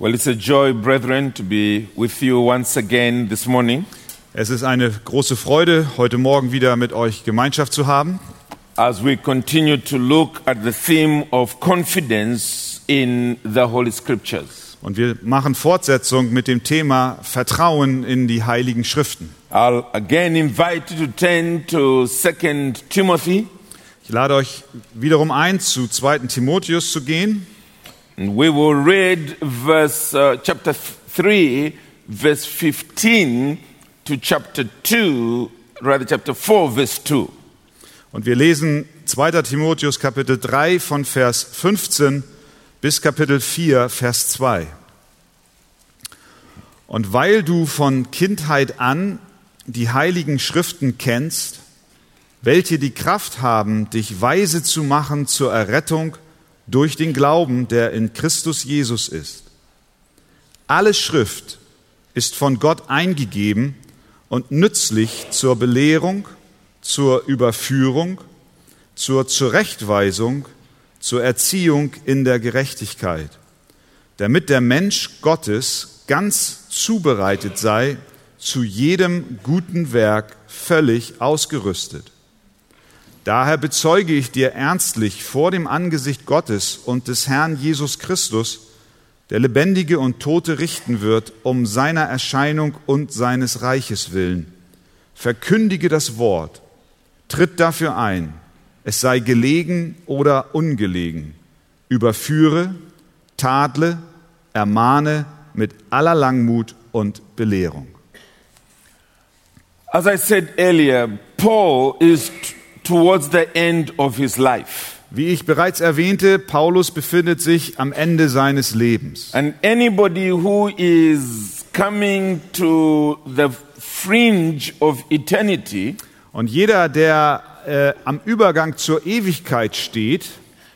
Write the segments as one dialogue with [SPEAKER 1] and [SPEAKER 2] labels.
[SPEAKER 1] Well, it's a joy, brethren, to be with you once again this morning.
[SPEAKER 2] Es ist eine große Freude, heute Morgen wieder mit euch Gemeinschaft zu haben,
[SPEAKER 1] as we continue to look at the theme of confidence in the Holy Scriptures.
[SPEAKER 2] und wir machen Fortsetzung mit dem Thema Vertrauen in die Heiligen Schriften.
[SPEAKER 1] I'll again invite you to turn to 2 Timothy,
[SPEAKER 2] Ich lade euch wiederum ein, zu 2. Timotheus zu gehen.
[SPEAKER 1] and we will read verse, uh, chapter 3, verse 15 to chapter 2, rather, chapter 4, verse 2.
[SPEAKER 2] Und wir lesen 2. Timotheus Kapitel 3 von Vers 15 bis Kapitel 4 Vers 2. Und weil du von Kindheit an die heiligen Schriften kennst, welche die Kraft haben, dich weise zu machen zur Errettung durch den Glauben, der in Christus Jesus ist. Alle Schrift ist von Gott eingegeben und nützlich zur Belehrung, zur Überführung, zur Zurechtweisung, zur Erziehung in der Gerechtigkeit, damit der Mensch Gottes ganz zubereitet sei, zu jedem guten Werk völlig ausgerüstet. Daher bezeuge ich dir ernstlich vor dem Angesicht Gottes und des Herrn Jesus Christus, der Lebendige und Tote richten wird, um seiner Erscheinung und seines Reiches willen. Verkündige das Wort, tritt dafür ein, es sei gelegen oder ungelegen. Überführe, tadle, ermahne mit aller Langmut und Belehrung.
[SPEAKER 1] As I said earlier, Paul is t- towards the end of his life.
[SPEAKER 2] Wie ich bereits erwähnte, Paulus befindet sich am Ende seines Lebens.
[SPEAKER 1] And anybody who is coming to the fringe of eternity
[SPEAKER 2] Und jeder, der äh, am Übergang zur Ewigkeit steht,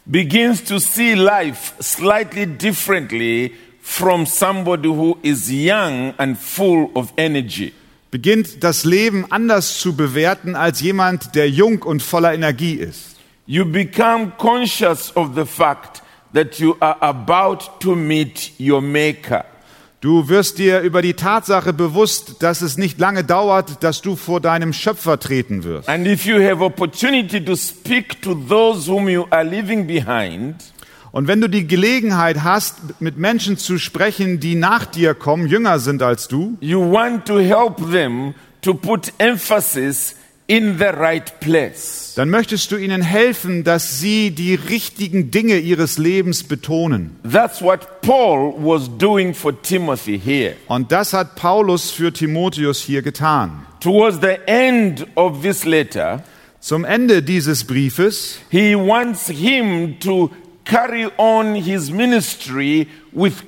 [SPEAKER 1] begins to see life slightly differently from somebody who is young and full of energy.
[SPEAKER 2] beginnt das Leben anders zu bewerten als jemand, der jung und voller Energie ist.
[SPEAKER 1] You become conscious of the fact that you are about to meet your maker.
[SPEAKER 2] Du wirst dir über die Tatsache bewusst, dass es nicht lange dauert, dass du vor deinem Schöpfer treten wirst.
[SPEAKER 1] And if you have opportunity to speak to those whom you are leaving behind,
[SPEAKER 2] Und wenn du die Gelegenheit hast, mit Menschen zu sprechen, die nach dir kommen, jünger sind als du,
[SPEAKER 1] You want to help them to put emphasis in the right place.
[SPEAKER 2] dann möchtest du ihnen helfen, dass sie die richtigen Dinge ihres Lebens betonen.
[SPEAKER 1] That's what Paul was doing for Timothy here.
[SPEAKER 2] Und das hat Paulus für Timotheus hier getan.
[SPEAKER 1] Towards the end of this letter,
[SPEAKER 2] Zum Ende dieses Briefes
[SPEAKER 1] he wants him to carry on his ministry with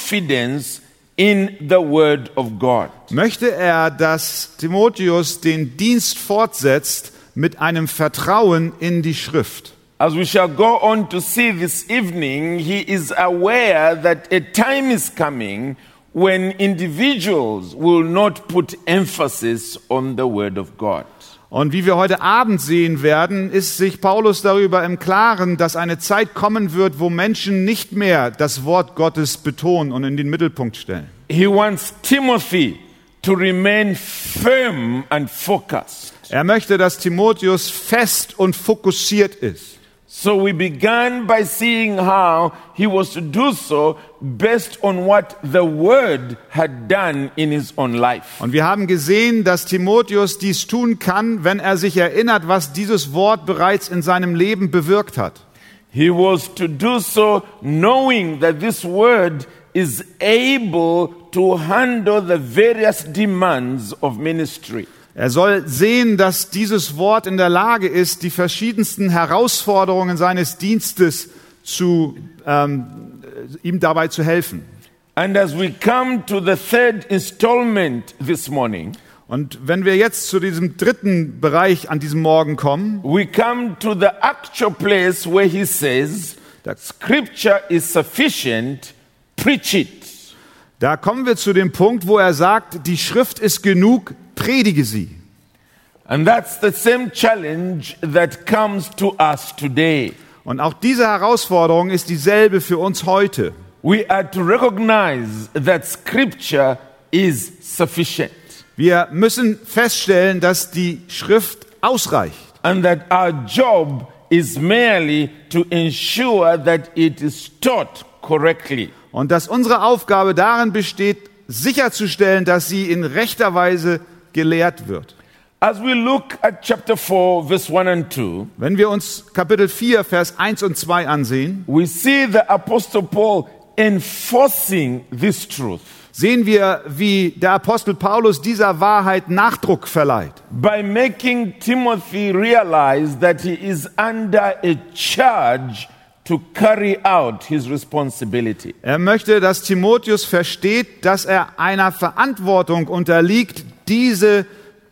[SPEAKER 1] confidence in the word of God.
[SPEAKER 2] möchte er, dass Timotheus den Dienst fortsetzt mit einem Vertrauen in die Schrift.
[SPEAKER 1] As we shall go on to see this evening, he is aware that a time is coming when individuals will not put emphasis on the Word of God.
[SPEAKER 2] Und wie wir heute Abend sehen werden, ist sich Paulus darüber im Klaren, dass eine Zeit kommen wird, wo Menschen nicht mehr das Wort Gottes betonen und in den Mittelpunkt stellen.
[SPEAKER 1] He wants Timothy to remain firm and focused.
[SPEAKER 2] Er möchte, dass Timotheus fest und fokussiert ist.
[SPEAKER 1] So we began by seeing how he was to do so based on what the Word had done in his own life.
[SPEAKER 2] Und wir haben gesehen, dass Timotheus dies tun kann, wenn er sich erinnert, was dieses Wort bereits in seinem Leben bewirkt hat.
[SPEAKER 1] He was to do so knowing that this word is able to handle the various demands of ministry.
[SPEAKER 2] Er soll sehen, dass dieses Wort in der Lage ist, die verschiedensten Herausforderungen seines Dienstes zu, ähm, ihm dabei zu helfen.
[SPEAKER 1] And as we come to the third installment this morning,
[SPEAKER 2] Und wenn wir jetzt zu diesem dritten Bereich an diesem Morgen kommen,
[SPEAKER 1] we come to the actual place where he says that scripture is sufficient, preach it.
[SPEAKER 2] da kommen wir zu dem Punkt, wo er sagt, die Schrift ist genug, predige sie.
[SPEAKER 1] And that's the same challenge that comes to us today.
[SPEAKER 2] Und auch diese Herausforderung ist dieselbe für uns heute.
[SPEAKER 1] we are to recognize that Scripture is sufficient
[SPEAKER 2] Wir müssen feststellen, dass die Schrift ausreicht
[SPEAKER 1] and that our job is merely to ensure that it is taught correctly.
[SPEAKER 2] und dass unsere Aufgabe darin besteht, sicherzustellen, dass sie in rechter Weise gelehrt wird.
[SPEAKER 1] As we look at chapter 4, verse 1 and 2,
[SPEAKER 2] Wenn wir uns Kapitel 4, Vers 1 und 2 ansehen,
[SPEAKER 1] we see the Apostle Paul enforcing this truth
[SPEAKER 2] sehen wir, wie der Apostel Paulus dieser Wahrheit Nachdruck verleiht,
[SPEAKER 1] by making Timothy realize that he is under a charge to carry out his responsibility.
[SPEAKER 2] Er möchte, dass Timotheus versteht, dass er einer Verantwortung unterliegt, diese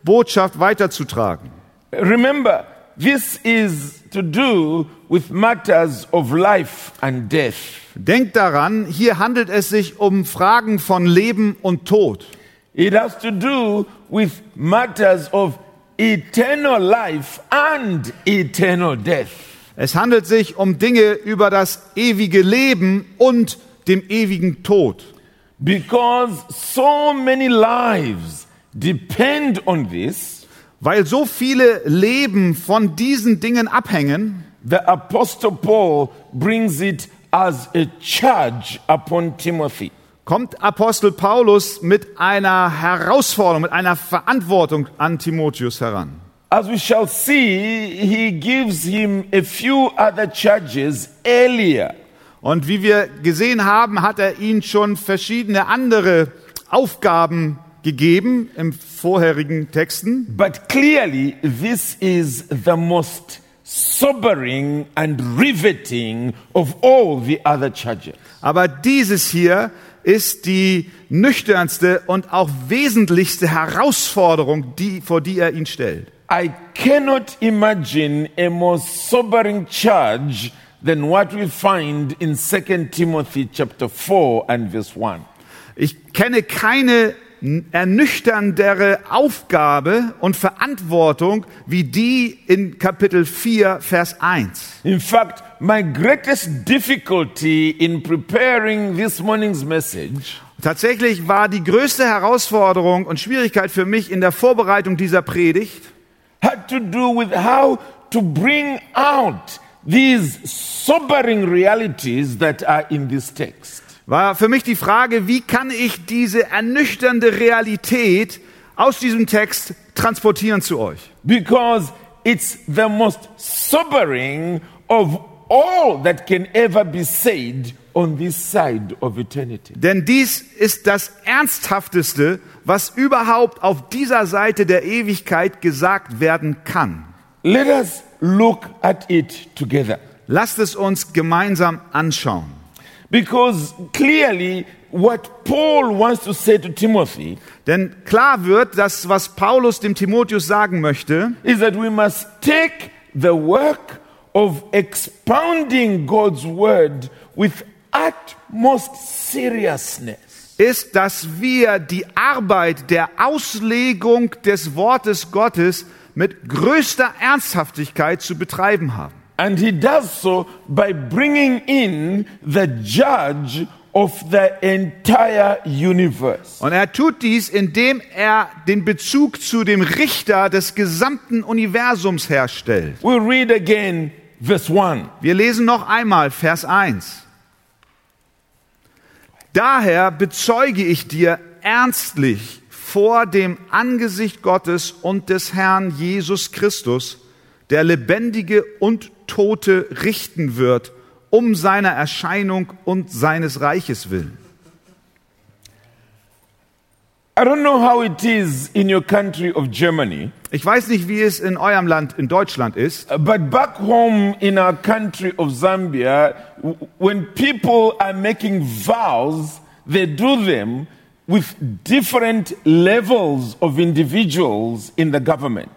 [SPEAKER 2] Botschaft weiterzutragen.
[SPEAKER 1] Remember, this is to do with matters of life and death.
[SPEAKER 2] Denkt daran, hier handelt es sich um Fragen von Leben und Tod.
[SPEAKER 1] It has to do with matters of eternal life and eternal death.
[SPEAKER 2] Es handelt sich um Dinge über das ewige Leben und dem ewigen Tod.
[SPEAKER 1] Because so many lives depend on this,
[SPEAKER 2] Weil so viele Leben von diesen Dingen abhängen,
[SPEAKER 1] the Apostle Paul brings it as a charge upon Timothy.
[SPEAKER 2] kommt Apostel Paulus mit einer Herausforderung, mit einer Verantwortung an Timotheus heran.
[SPEAKER 1] As we shall see, he gives him a few other charges earlier.
[SPEAKER 2] Und wie wir gesehen haben, hat er ihnen schon verschiedene andere Aufgaben gegeben im vorherigen Texten.
[SPEAKER 1] But clearly, this is the most sobering and riveting of all the other charges.
[SPEAKER 2] Aber dieses hier ist die nüchternste und auch wesentlichste Herausforderung, die, vor die er ihn stellt.
[SPEAKER 1] I cannot imagine a more sobering charge than what we find in 2 Timothy chapter 4 and verse 1.
[SPEAKER 2] Ich kenne keine n- ernüchterndere Aufgabe und Verantwortung wie die in Kapitel 4, Vers 1.
[SPEAKER 1] In fact, my greatest difficulty in preparing this morning's message
[SPEAKER 2] Tatsächlich war die größte Herausforderung und Schwierigkeit für mich in der Vorbereitung dieser Predigt,
[SPEAKER 1] had to do with how to bring out these sobering realities that are in this text.
[SPEAKER 2] war für mich die Frage, wie kann ich diese ernüchternde Realität aus diesem Text transportieren zu euch?
[SPEAKER 1] Because it's the most sobering of all that can ever be said on this side of eternity.
[SPEAKER 2] Denn dies ist das Ernsthafteste, was überhaupt auf dieser Seite der Ewigkeit gesagt werden kann.
[SPEAKER 1] Let us look at it together.
[SPEAKER 2] Lasst es uns gemeinsam anschauen.
[SPEAKER 1] Because clearly, what Paul wants to say to Timothy
[SPEAKER 2] Denn klar wird, dass was Paulus dem Timotheus sagen möchte,
[SPEAKER 1] is that we must take the work of expounding God's word with utmost seriousness.
[SPEAKER 2] ist, dass wir die Arbeit der Auslegung des Wortes Gottes mit größter Ernsthaftigkeit zu betreiben haben.
[SPEAKER 1] And he does so by bringing in the judge of the entire universe.
[SPEAKER 2] Und er tut dies, indem er den Bezug zu dem Richter des gesamten Universums herstellt.
[SPEAKER 1] We read again verse 1.
[SPEAKER 2] Wir lesen noch einmal Vers 1. Daher bezeuge ich dir ernstlich vor dem Angesicht Gottes und des Herrn Jesus Christus, der Lebendige und Tote richten wird, um seiner Erscheinung und seines Reiches willen.
[SPEAKER 1] I don't know how it is in your country of Germany,
[SPEAKER 2] Ich weiß nicht, wie es in eurem Land, in Deutschland ist.
[SPEAKER 1] but back home in our country of Zambia, w- when people are making vows, they do them with different levels of individuals in the government.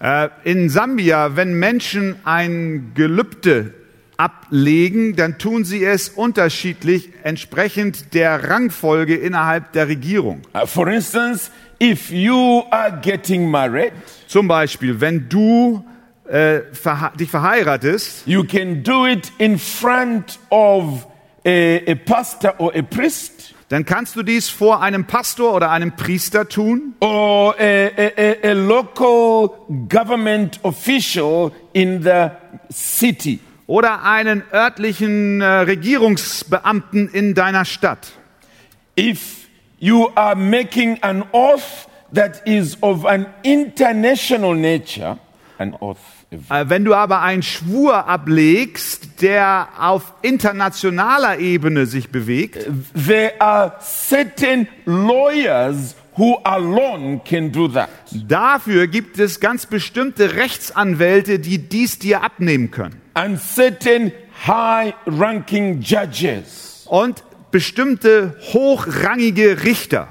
[SPEAKER 2] Äh, In Sambia, wenn Menschen ein Gelübde ablegen, dann tun sie es unterschiedlich entsprechend der Rangfolge innerhalb der Regierung.
[SPEAKER 1] Uh, for instance, if you are getting married,
[SPEAKER 2] Zum Beispiel, wenn du äh, verha dich verheiratest,
[SPEAKER 1] you can do it in front of a, a pastor or a priest
[SPEAKER 2] dann kannst du dies vor einem Pastor oder einem Priester tun
[SPEAKER 1] or a, a, a, a local government official in the city.
[SPEAKER 2] oder einen örtlichen äh, Regierungsbeamten in deiner Stadt.
[SPEAKER 1] If you are making an oath that is of an international nature, an oath, a
[SPEAKER 2] Äh, Wenn du aber einen Schwur ablegst, der auf internationaler Ebene sich bewegt,
[SPEAKER 1] There are certain lawyers who alone can do that.
[SPEAKER 2] dafür gibt es ganz bestimmte Rechtsanwälte, die dies dir abnehmen können.
[SPEAKER 1] And certain high ranking judges.
[SPEAKER 2] Und bestimmte hochrangige Richter.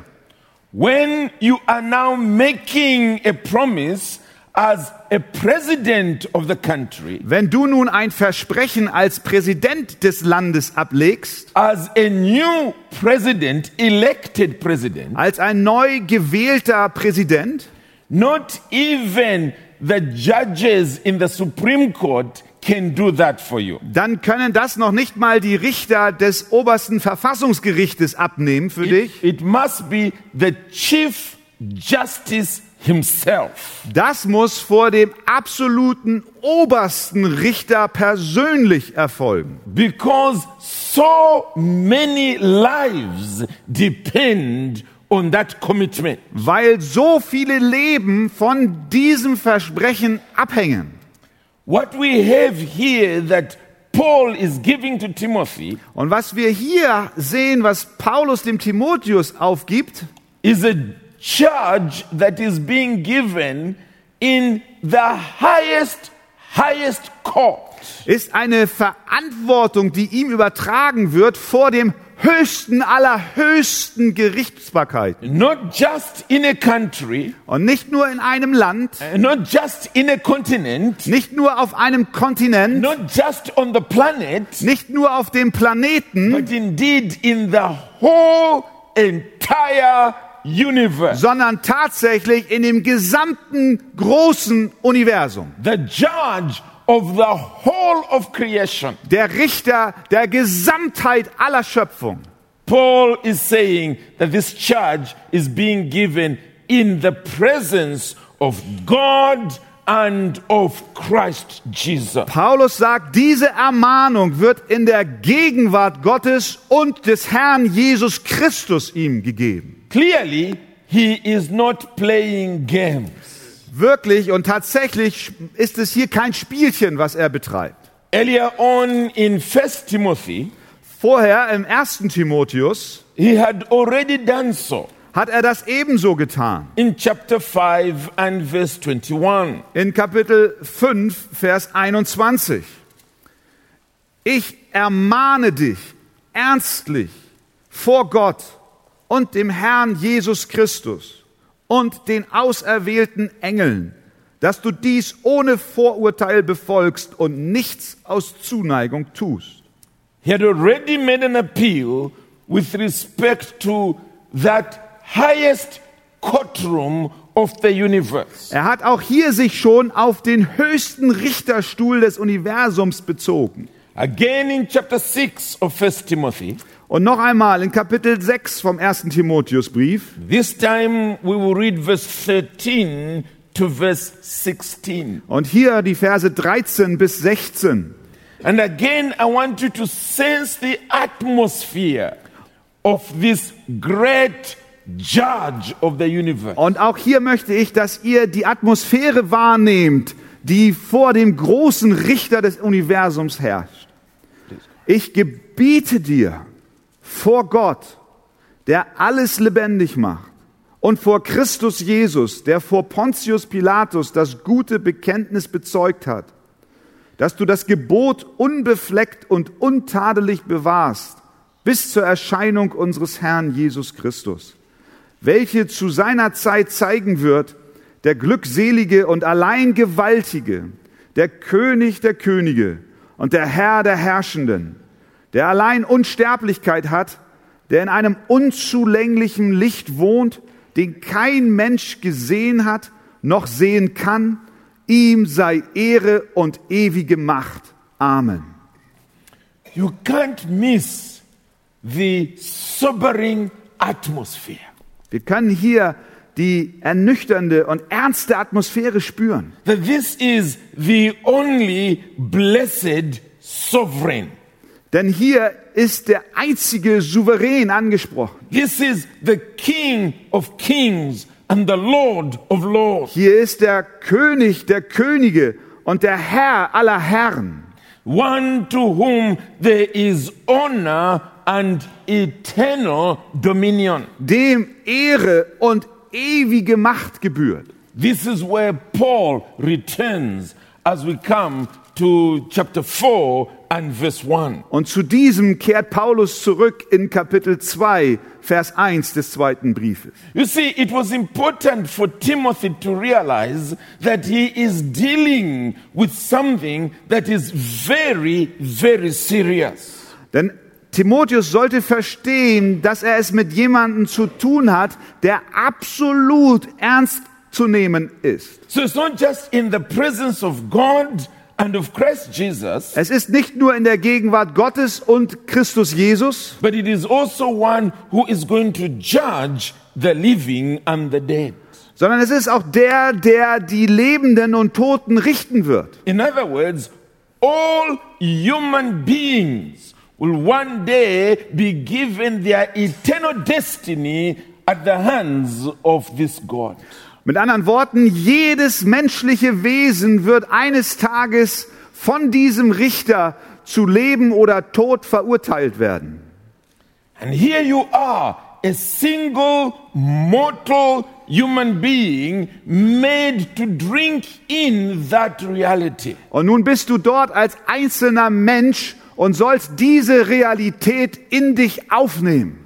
[SPEAKER 1] When you are now making a promise as a president of the country,
[SPEAKER 2] Wenn du nun ein Versprechen als Präsident des Landes ablegst,
[SPEAKER 1] as a new president, elected president,
[SPEAKER 2] als ein neu gewählter Präsident,
[SPEAKER 1] not even the judges in the Supreme Court can do that for you.
[SPEAKER 2] dann können das noch nicht mal die Richter des obersten Verfassungsgerichtes abnehmen für dich.
[SPEAKER 1] It must be the Chief Justice himself.
[SPEAKER 2] Das muss vor dem absoluten obersten Richter persönlich erfolgen,
[SPEAKER 1] Because so many lives depend on that commitment.
[SPEAKER 2] weil so viele Leben von diesem Versprechen abhängen.
[SPEAKER 1] What we have here that Paul is giving to Timothy
[SPEAKER 2] Und was wir hier sehen, was Paulus dem Timotheus aufgibt,
[SPEAKER 1] is a charge that is being given in the highest, highest court.
[SPEAKER 2] ist eine Verantwortung, die ihm übertragen wird vor dem höchsten aller höchsten Gerichtsbarkeiten.
[SPEAKER 1] Not just in a country,
[SPEAKER 2] Und nicht nur in einem Land,
[SPEAKER 1] not just in a continent,
[SPEAKER 2] nicht nur auf einem Kontinent,
[SPEAKER 1] not just on the planet,
[SPEAKER 2] nicht nur auf dem Planeten,
[SPEAKER 1] but indeed in the whole entire universe.
[SPEAKER 2] sondern tatsächlich in dem gesamten großen Universum.
[SPEAKER 1] The judge of the whole of creation.
[SPEAKER 2] Der Richter der Gesamtheit aller Schöpfung.
[SPEAKER 1] Paul is saying that this charge is being given in the presence of God and of Christ Jesus.
[SPEAKER 2] Paulus sagt, diese Ermahnung wird in der Gegenwart Gottes und des Herrn Jesus Christus ihm gegeben.
[SPEAKER 1] Clearly, he is not playing games.
[SPEAKER 2] Wirklich und tatsächlich ist es hier kein Spielchen, was er betreibt.
[SPEAKER 1] Earlier on in 1 Timothy,
[SPEAKER 2] Vorher im ersten Timotheus
[SPEAKER 1] he had already done so
[SPEAKER 2] hat er das ebenso getan.
[SPEAKER 1] in chapter 5 and verse 21.
[SPEAKER 2] In Kapitel 5, Vers 21. Ich ermahne dich ernstlich vor Gott und dem Herrn Jesus Christus und den auserwählten Engeln, dass du dies ohne Vorurteil befolgst und nichts aus Zuneigung tust.
[SPEAKER 1] He had already made an appeal with respect to that highest courtroom of the universe.
[SPEAKER 2] Er hat auch hier sich schon auf den höchsten Richterstuhl des Universums bezogen.
[SPEAKER 1] Again in chapter 6 of 1 Timothy,
[SPEAKER 2] Und noch einmal in Kapitel 6 vom ersten Timotheusbrief.
[SPEAKER 1] this time we will read verse 13 to verse 16.
[SPEAKER 2] Und hier die Verse 13 bis 16.
[SPEAKER 1] And again, I want you to sense the atmosphere of this great judge of the universe.
[SPEAKER 2] Und auch hier möchte ich, dass ihr die Atmosphäre wahrnehmt, die vor dem großen Richter des Universums herrscht. Ich gebiete dir vor Gott, der alles lebendig macht, und vor Christus Jesus, der vor Pontius Pilatus das gute Bekenntnis bezeugt hat, dass du das Gebot unbefleckt und untadelig bewahrst bis zur Erscheinung unseres Herrn Jesus Christus, welche zu seiner Zeit zeigen wird, der glückselige und allein Gewaltige, der König der Könige und der Herr der Herrschenden, der allein Unsterblichkeit hat, der in einem unzulänglichen Licht wohnt, den kein Mensch gesehen hat noch sehen kann, ihm sei Ehre und ewige Macht. Amen.
[SPEAKER 1] You can't miss the sobering atmosphere.
[SPEAKER 2] Wir können hier die ernüchternde und ernste Atmosphäre spüren.
[SPEAKER 1] That this is the only blessed sovereign.
[SPEAKER 2] Denn hier ist der einzige Souverän angesprochen.
[SPEAKER 1] This is the King of kings and the Lord of lords.
[SPEAKER 2] Hier ist der König der Könige und der Herr aller Herren.
[SPEAKER 1] One to whom there is honor and eternal dominion.
[SPEAKER 2] Dem Ehre und ewige Macht gebührt.
[SPEAKER 1] This is where Paul returns as we come to chapter 4 and verse 1.
[SPEAKER 2] Und zu diesem kehrt Paulus zurück in Kapitel 2, Vers 1 des zweiten Briefes.
[SPEAKER 1] You see, it was important for Timothy to realize that he is dealing with something that is very, very serious.
[SPEAKER 2] Denn Timotheus sollte verstehen, dass er es mit jemandem zu tun hat, der absolut ernst zu nehmen ist.
[SPEAKER 1] So it's not just in the presence of God and of Christ Jesus,
[SPEAKER 2] Es ist nicht nur in der Gegenwart Gottes und Christus Jesus,
[SPEAKER 1] but it is also one who is going to judge the living and the dead.
[SPEAKER 2] sondern es ist auch der, der die Lebenden und Toten richten wird.
[SPEAKER 1] In other words, all human beings will one day be given their eternal destiny at the hands of this God.
[SPEAKER 2] Mit anderen Worten, jedes menschliche Wesen wird eines Tages von diesem Richter zu Leben oder Tod verurteilt werden.
[SPEAKER 1] And here you are, a single mortal human being made to drink in that reality.
[SPEAKER 2] Und nun bist du dort als einzelner Mensch und sollst diese Realität in dich aufnehmen.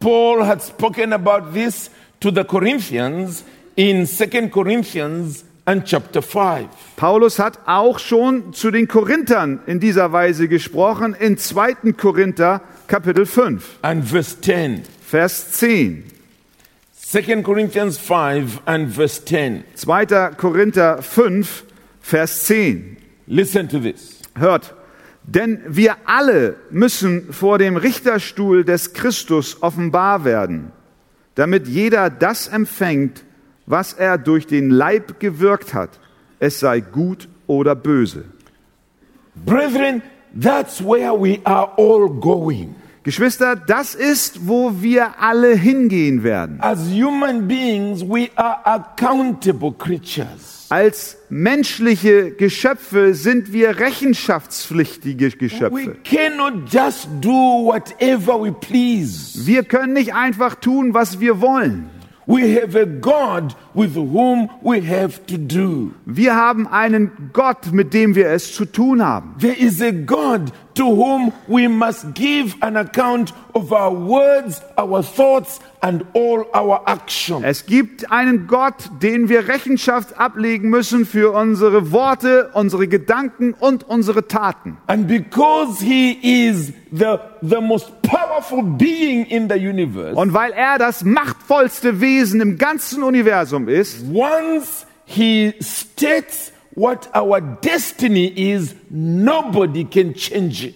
[SPEAKER 1] Paul had spoken about this to the Corinthians in 2 Corinthians and chapter 5.
[SPEAKER 2] Paulus hat auch schon zu den Korinthern in dieser Weise gesprochen in 2. Korinther Kapitel 5,
[SPEAKER 1] and verse 10.
[SPEAKER 2] Vers 10.
[SPEAKER 1] 2 Corinthians 5 and verse 10.
[SPEAKER 2] 2. Korinther 5, Vers 10.
[SPEAKER 1] Listen to this.
[SPEAKER 2] Hört, denn wir alle müssen vor dem Richterstuhl des Christus offenbar werden, damit jeder das empfängt, was er durch den Leib gewirkt hat, es sei gut oder böse.
[SPEAKER 1] Brethren, that's where we are all going.
[SPEAKER 2] Geschwister, das ist, wo wir alle hingehen werden.
[SPEAKER 1] As human beings, we are accountable creatures.
[SPEAKER 2] Als menschliche Geschöpfe sind wir rechenschaftspflichtige
[SPEAKER 1] We
[SPEAKER 2] Geschöpfe.
[SPEAKER 1] cannot just do whatever we please.
[SPEAKER 2] Wir können nicht einfach tun, was wir wollen.
[SPEAKER 1] We have a God with whom we have to do.
[SPEAKER 2] Wir haben einen Gott, mit dem wir es zu tun haben.
[SPEAKER 1] There is a God to whom we must give an account of our words, our thoughts, and all our actions.
[SPEAKER 2] Es gibt einen Gott, den wir Rechenschaft ablegen müssen für unsere Worte, unsere Gedanken und unsere Taten.
[SPEAKER 1] And because he is the, the most powerful being in the universe,
[SPEAKER 2] Und weil er das machtvollste Wesen im ganzen Universum ist,
[SPEAKER 1] once he states what our destiny is, nobody can change it.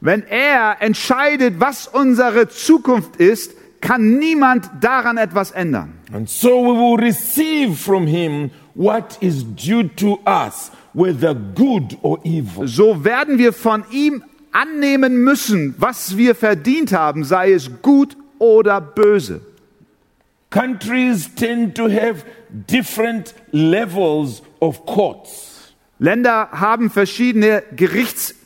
[SPEAKER 2] wenn er entscheidet, was unsere Zukunft ist, kann niemand daran etwas ändern.
[SPEAKER 1] And so we will receive from him what is due to us, whether good or evil.
[SPEAKER 2] So werden wir von ihm annehmen müssen, was wir verdient haben, sei es gut oder böse.
[SPEAKER 1] Countries tend to have different levels of courts.
[SPEAKER 2] Länder haben verschiedene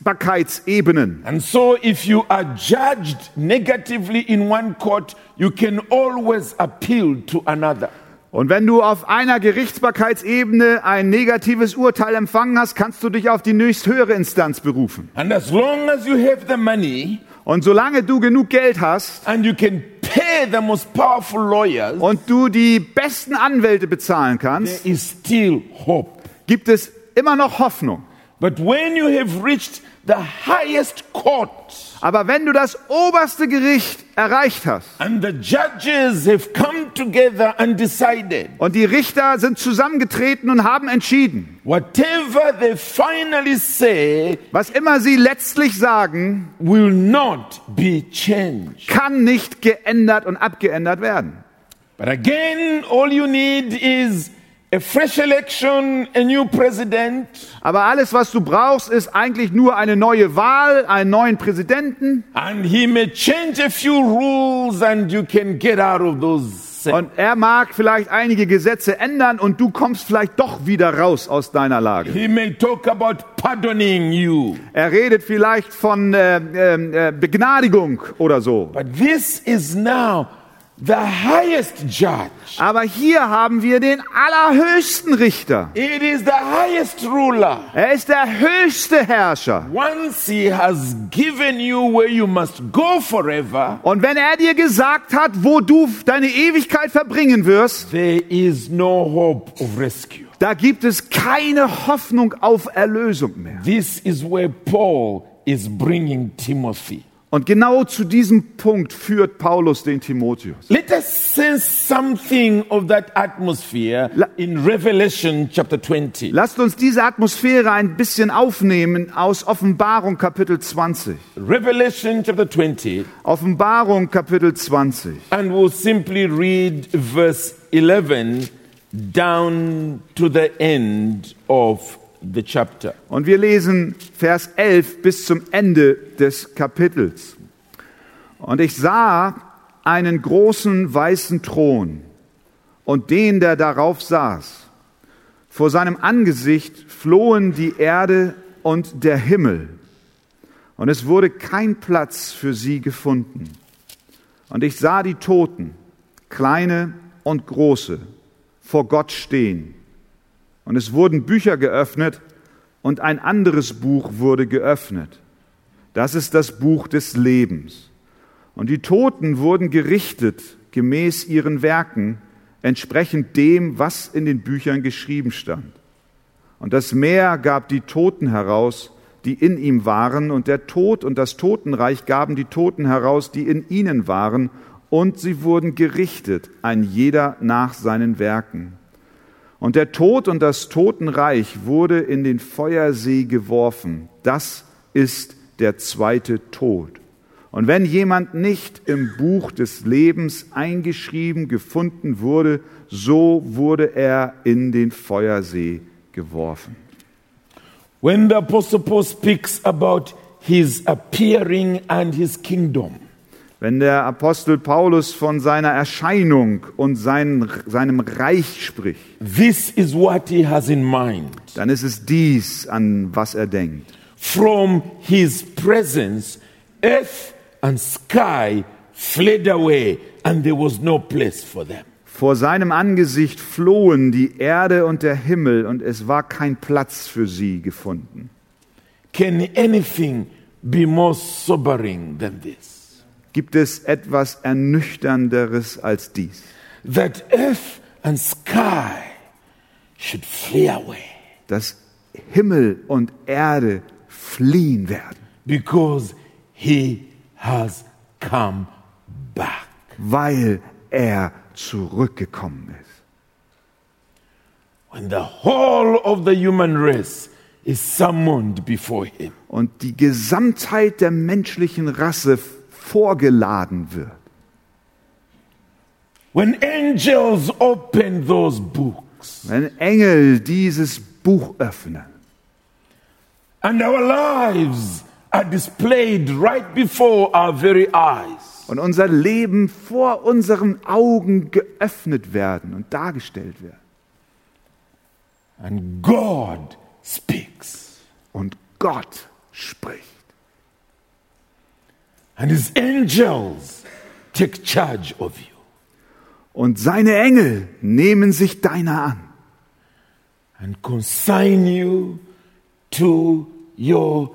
[SPEAKER 2] Gerichtsbarkeitsebenen.
[SPEAKER 1] And so, if you are judged negatively in one court, you can always appeal to another.
[SPEAKER 2] Und wenn du auf einer Gerichtsbarkeitsebene ein negatives Urteil empfangen hast, kannst du dich auf die nächsthöhere Instanz berufen.
[SPEAKER 1] And as long as you have the money
[SPEAKER 2] Und solange du genug Geld hast
[SPEAKER 1] and you can pay the most powerful lawyers,
[SPEAKER 2] und du die besten Anwälte bezahlen kannst,
[SPEAKER 1] there is still hope.
[SPEAKER 2] gibt es immer noch Hoffnung.
[SPEAKER 1] But when you have reached the highest court
[SPEAKER 2] Aber wenn du das oberste Gericht erreicht hast
[SPEAKER 1] and the judges have come together and decided
[SPEAKER 2] und die Richter sind zusammengetreten und haben entschieden,
[SPEAKER 1] whatever they finally say
[SPEAKER 2] was immer sie letztlich sagen,
[SPEAKER 1] will not be changed.
[SPEAKER 2] kann nicht geändert und abgeändert werden.
[SPEAKER 1] But again, all you need is a fresh election, a new president,
[SPEAKER 2] Aber alles, was du brauchst, ist eigentlich nur eine neue Wahl, einen neuen Präsidenten
[SPEAKER 1] and he may change a few rules and you can get out of those.
[SPEAKER 2] und er mag vielleicht einige Gesetze ändern und du kommst vielleicht doch wieder raus aus deiner Lage.
[SPEAKER 1] He may talk about pardoning you.
[SPEAKER 2] Er redet vielleicht von äh, äh, äh, Begnadigung oder so.
[SPEAKER 1] But this is now the highest judge.
[SPEAKER 2] Aber hier haben wir den allerhöchsten Richter.
[SPEAKER 1] It is the highest ruler.
[SPEAKER 2] Er ist der höchste Herrscher.
[SPEAKER 1] Once he has given you where you must go forever,
[SPEAKER 2] Und wenn er dir gesagt hat, wo du deine Ewigkeit verbringen wirst,
[SPEAKER 1] there is no hope of rescue.
[SPEAKER 2] da gibt es keine Hoffnung auf Erlösung mehr.
[SPEAKER 1] This is where Paul is bringing Timothy.
[SPEAKER 2] Und genau zu diesem Punkt führt Paulus den Timotheus.
[SPEAKER 1] Let us sense something of that atmosphere
[SPEAKER 2] La-
[SPEAKER 1] in Revelation chapter 20.
[SPEAKER 2] Lasst uns diese Atmosphäre ein bisschen aufnehmen aus Offenbarung Kapitel 20.
[SPEAKER 1] Revelation chapter 20,
[SPEAKER 2] Offenbarung Kapitel 20.
[SPEAKER 1] and we'll simply read verse 11 down to the end of the chapter.
[SPEAKER 2] Und wir lesen Vers 11 bis zum Ende des Kapitels. Und ich sah einen großen weißen Thron und den, der darauf saß. Vor seinem Angesicht flohen die Erde und der Himmel. Und es wurde kein Platz für sie gefunden. Und ich sah die Toten, kleine und große, vor Gott stehen. Und es wurden Bücher geöffnet und ein anderes Buch wurde geöffnet. Das ist das Buch des Lebens. Und die Toten wurden gerichtet gemäß ihren Werken, entsprechend dem, was in den Büchern geschrieben stand. Und das Meer gab die Toten heraus, die in ihm waren, und der Tod und das Totenreich gaben die Toten heraus, die in ihnen waren, und sie wurden gerichtet, ein jeder nach seinen Werken. Und der Tod und das Totenreich wurde in den Feuersee geworfen. Das ist der zweite Tod. Und wenn jemand nicht im Buch des Lebens eingeschrieben gefunden wurde, so wurde er in den Feuersee geworfen.
[SPEAKER 1] When the Apostle Paul speaks about his appearing and his kingdom,
[SPEAKER 2] Wenn der Apostel Paulus von seiner Erscheinung und seinen, seinem Reich spricht,
[SPEAKER 1] this is what he has in mind.
[SPEAKER 2] dann ist es dies, an was er denkt.
[SPEAKER 1] From his presence, earth and sky fled away, and there was no place for them.
[SPEAKER 2] Vor seinem Angesicht flohen die Erde und der Himmel, und es war kein Platz für sie gefunden.
[SPEAKER 1] Can anything be more sobering than this?
[SPEAKER 2] Gibt es etwas Ernüchternderes als dies?
[SPEAKER 1] That earth and sky should flee away
[SPEAKER 2] Dass Himmel und Erde fliehen werden,
[SPEAKER 1] because he has come back.
[SPEAKER 2] weil er zurückgekommen ist.
[SPEAKER 1] When the whole of the human race is summoned before him,
[SPEAKER 2] Und die Gesamtheit der menschlichen Rasse vorgeladen wird.
[SPEAKER 1] when angels open those books,
[SPEAKER 2] Wenn Engel dieses Buch öffnen
[SPEAKER 1] and our lives are displayed right before our very eyes,
[SPEAKER 2] und unser Leben vor unseren Augen geöffnet werden und dargestellt werden.
[SPEAKER 1] and God speaks.
[SPEAKER 2] und Gott spricht.
[SPEAKER 1] and his angels take charge of you.
[SPEAKER 2] Und seine Engel nehmen sich deiner an
[SPEAKER 1] and consign you to your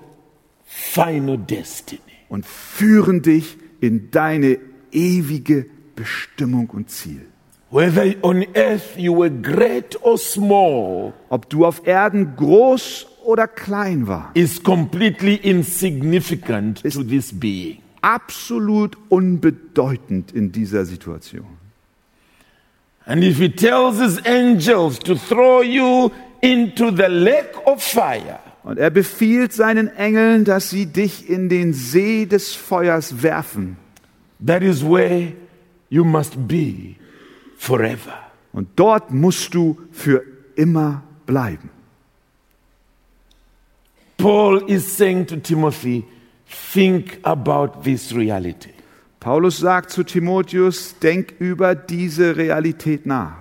[SPEAKER 1] final destiny.
[SPEAKER 2] und führen dich in deine ewige Bestimmung und Ziel.
[SPEAKER 1] Whether on earth you were great or small,
[SPEAKER 2] Ob du auf Erden groß oder klein war,
[SPEAKER 1] is completely insignificant to this being.
[SPEAKER 2] absolut unbedeutend in dieser Situation.
[SPEAKER 1] And if he tells his angels to throw you into the lake of fire,
[SPEAKER 2] Und er befiehlt seinen Engeln, dass sie dich in den See des Feuers werfen.
[SPEAKER 1] that is where you must be forever.
[SPEAKER 2] Und dort musst du für immer bleiben.
[SPEAKER 1] Paul is saying to Timothy, think about this reality.
[SPEAKER 2] Paulus sagt zu Timotheus, denk über diese Realität nach.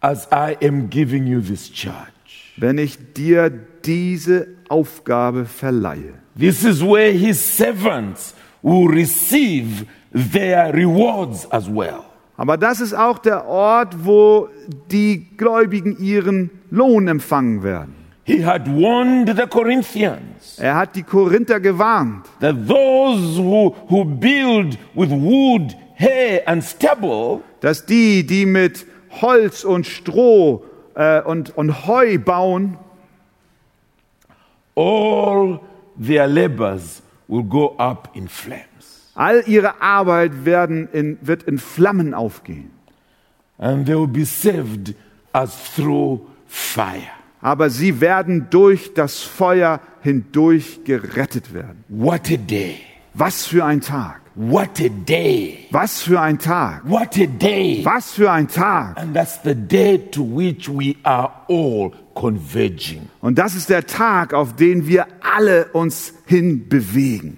[SPEAKER 1] As I am giving you this charge,
[SPEAKER 2] Wenn ich dir diese Aufgabe verleihe,
[SPEAKER 1] this is where his servants will receive their rewards as well.
[SPEAKER 2] Aber das ist auch der Ort, wo die Gläubigen ihren Lohn empfangen werden.
[SPEAKER 1] He had warned the Corinthians
[SPEAKER 2] Er hat die Korinther gewarnt,
[SPEAKER 1] that those who, who build with wood, hay, and stubble
[SPEAKER 2] dass die, die mit Holz und Stroh äh, und, und Heu bauen,
[SPEAKER 1] all their labors will go up in flames.
[SPEAKER 2] all ihre Arbeit werden in, wird in Flammen aufgehen.
[SPEAKER 1] And they will be saved as through fire.
[SPEAKER 2] Aber sie werden durch das Feuer hindurch gerettet werden.
[SPEAKER 1] What a day!
[SPEAKER 2] Was für ein Tag!
[SPEAKER 1] What a day!
[SPEAKER 2] Was für ein Tag!
[SPEAKER 1] What a day!
[SPEAKER 2] Was für ein Tag!
[SPEAKER 1] And that's the day to which we are all converging.
[SPEAKER 2] Und das ist der Tag, auf den wir alle uns hinbewegen.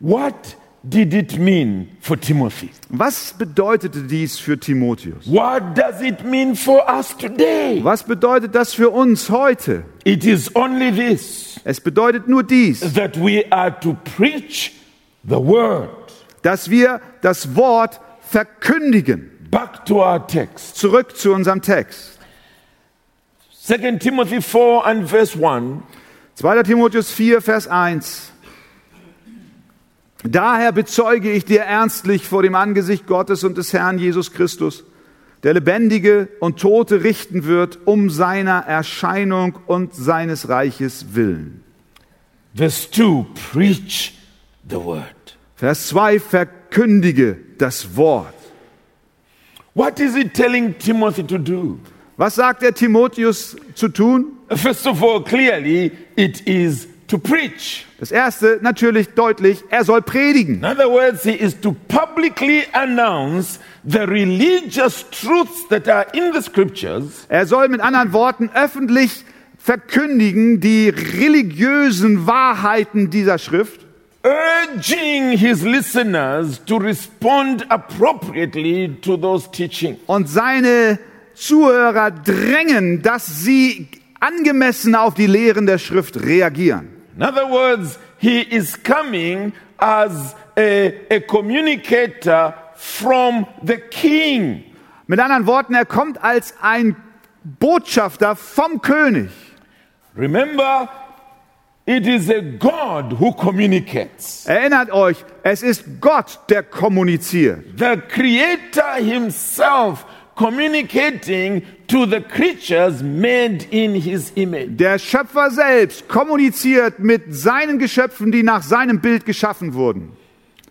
[SPEAKER 1] What did it mean for Timothy?
[SPEAKER 2] Was bedeutete dies für Timotheus?
[SPEAKER 1] What does it mean for us today?
[SPEAKER 2] Was bedeutet das für uns heute?
[SPEAKER 1] It is only this
[SPEAKER 2] Es bedeutet nur dies,
[SPEAKER 1] that we are to preach the word.
[SPEAKER 2] dass wir das Wort verkündigen.
[SPEAKER 1] Back to our text.
[SPEAKER 2] Zurück zu unserem Text.
[SPEAKER 1] 2 Timothy 4 and verse 1.
[SPEAKER 2] 2. Timotheus 4, Vers 1. Daher bezeuge ich dir ernstlich vor dem Angesicht Gottes und des Herrn Jesus Christus, der Lebendige und Tote richten wird, um seiner Erscheinung und seines Reiches willen.
[SPEAKER 1] Verse 2 Preach the word.
[SPEAKER 2] Vers 2, verkündige das Wort.
[SPEAKER 1] What is he telling Timothy to do?
[SPEAKER 2] Was sagt er Timotheus zu tun?
[SPEAKER 1] First of all, clearly, it is to preach.
[SPEAKER 2] Das erste, natürlich deutlich, er soll predigen.
[SPEAKER 1] In other words, he is to publicly announce the religious truths that are in the scriptures
[SPEAKER 2] Er soll mit anderen Worten öffentlich verkündigen die religiösen Wahrheiten dieser Schrift,
[SPEAKER 1] urging his listeners to respond appropriately to those teachings.
[SPEAKER 2] und seine Zuhörer drängen, dass sie angemessen auf die Lehren der Schrift reagieren.
[SPEAKER 1] In other words, he is coming as a, a communicator from the king.
[SPEAKER 2] Mit anderen Worten, er kommt als ein Botschafter vom König.
[SPEAKER 1] Remember, it is a God who communicates.
[SPEAKER 2] Erinnert euch, es ist Gott, der kommuniziert.
[SPEAKER 1] The creator himself communicating to the creatures made in his image.
[SPEAKER 2] Der Schöpfer selbst kommuniziert mit seinen Geschöpfen, die nach seinem Bild geschaffen wurden.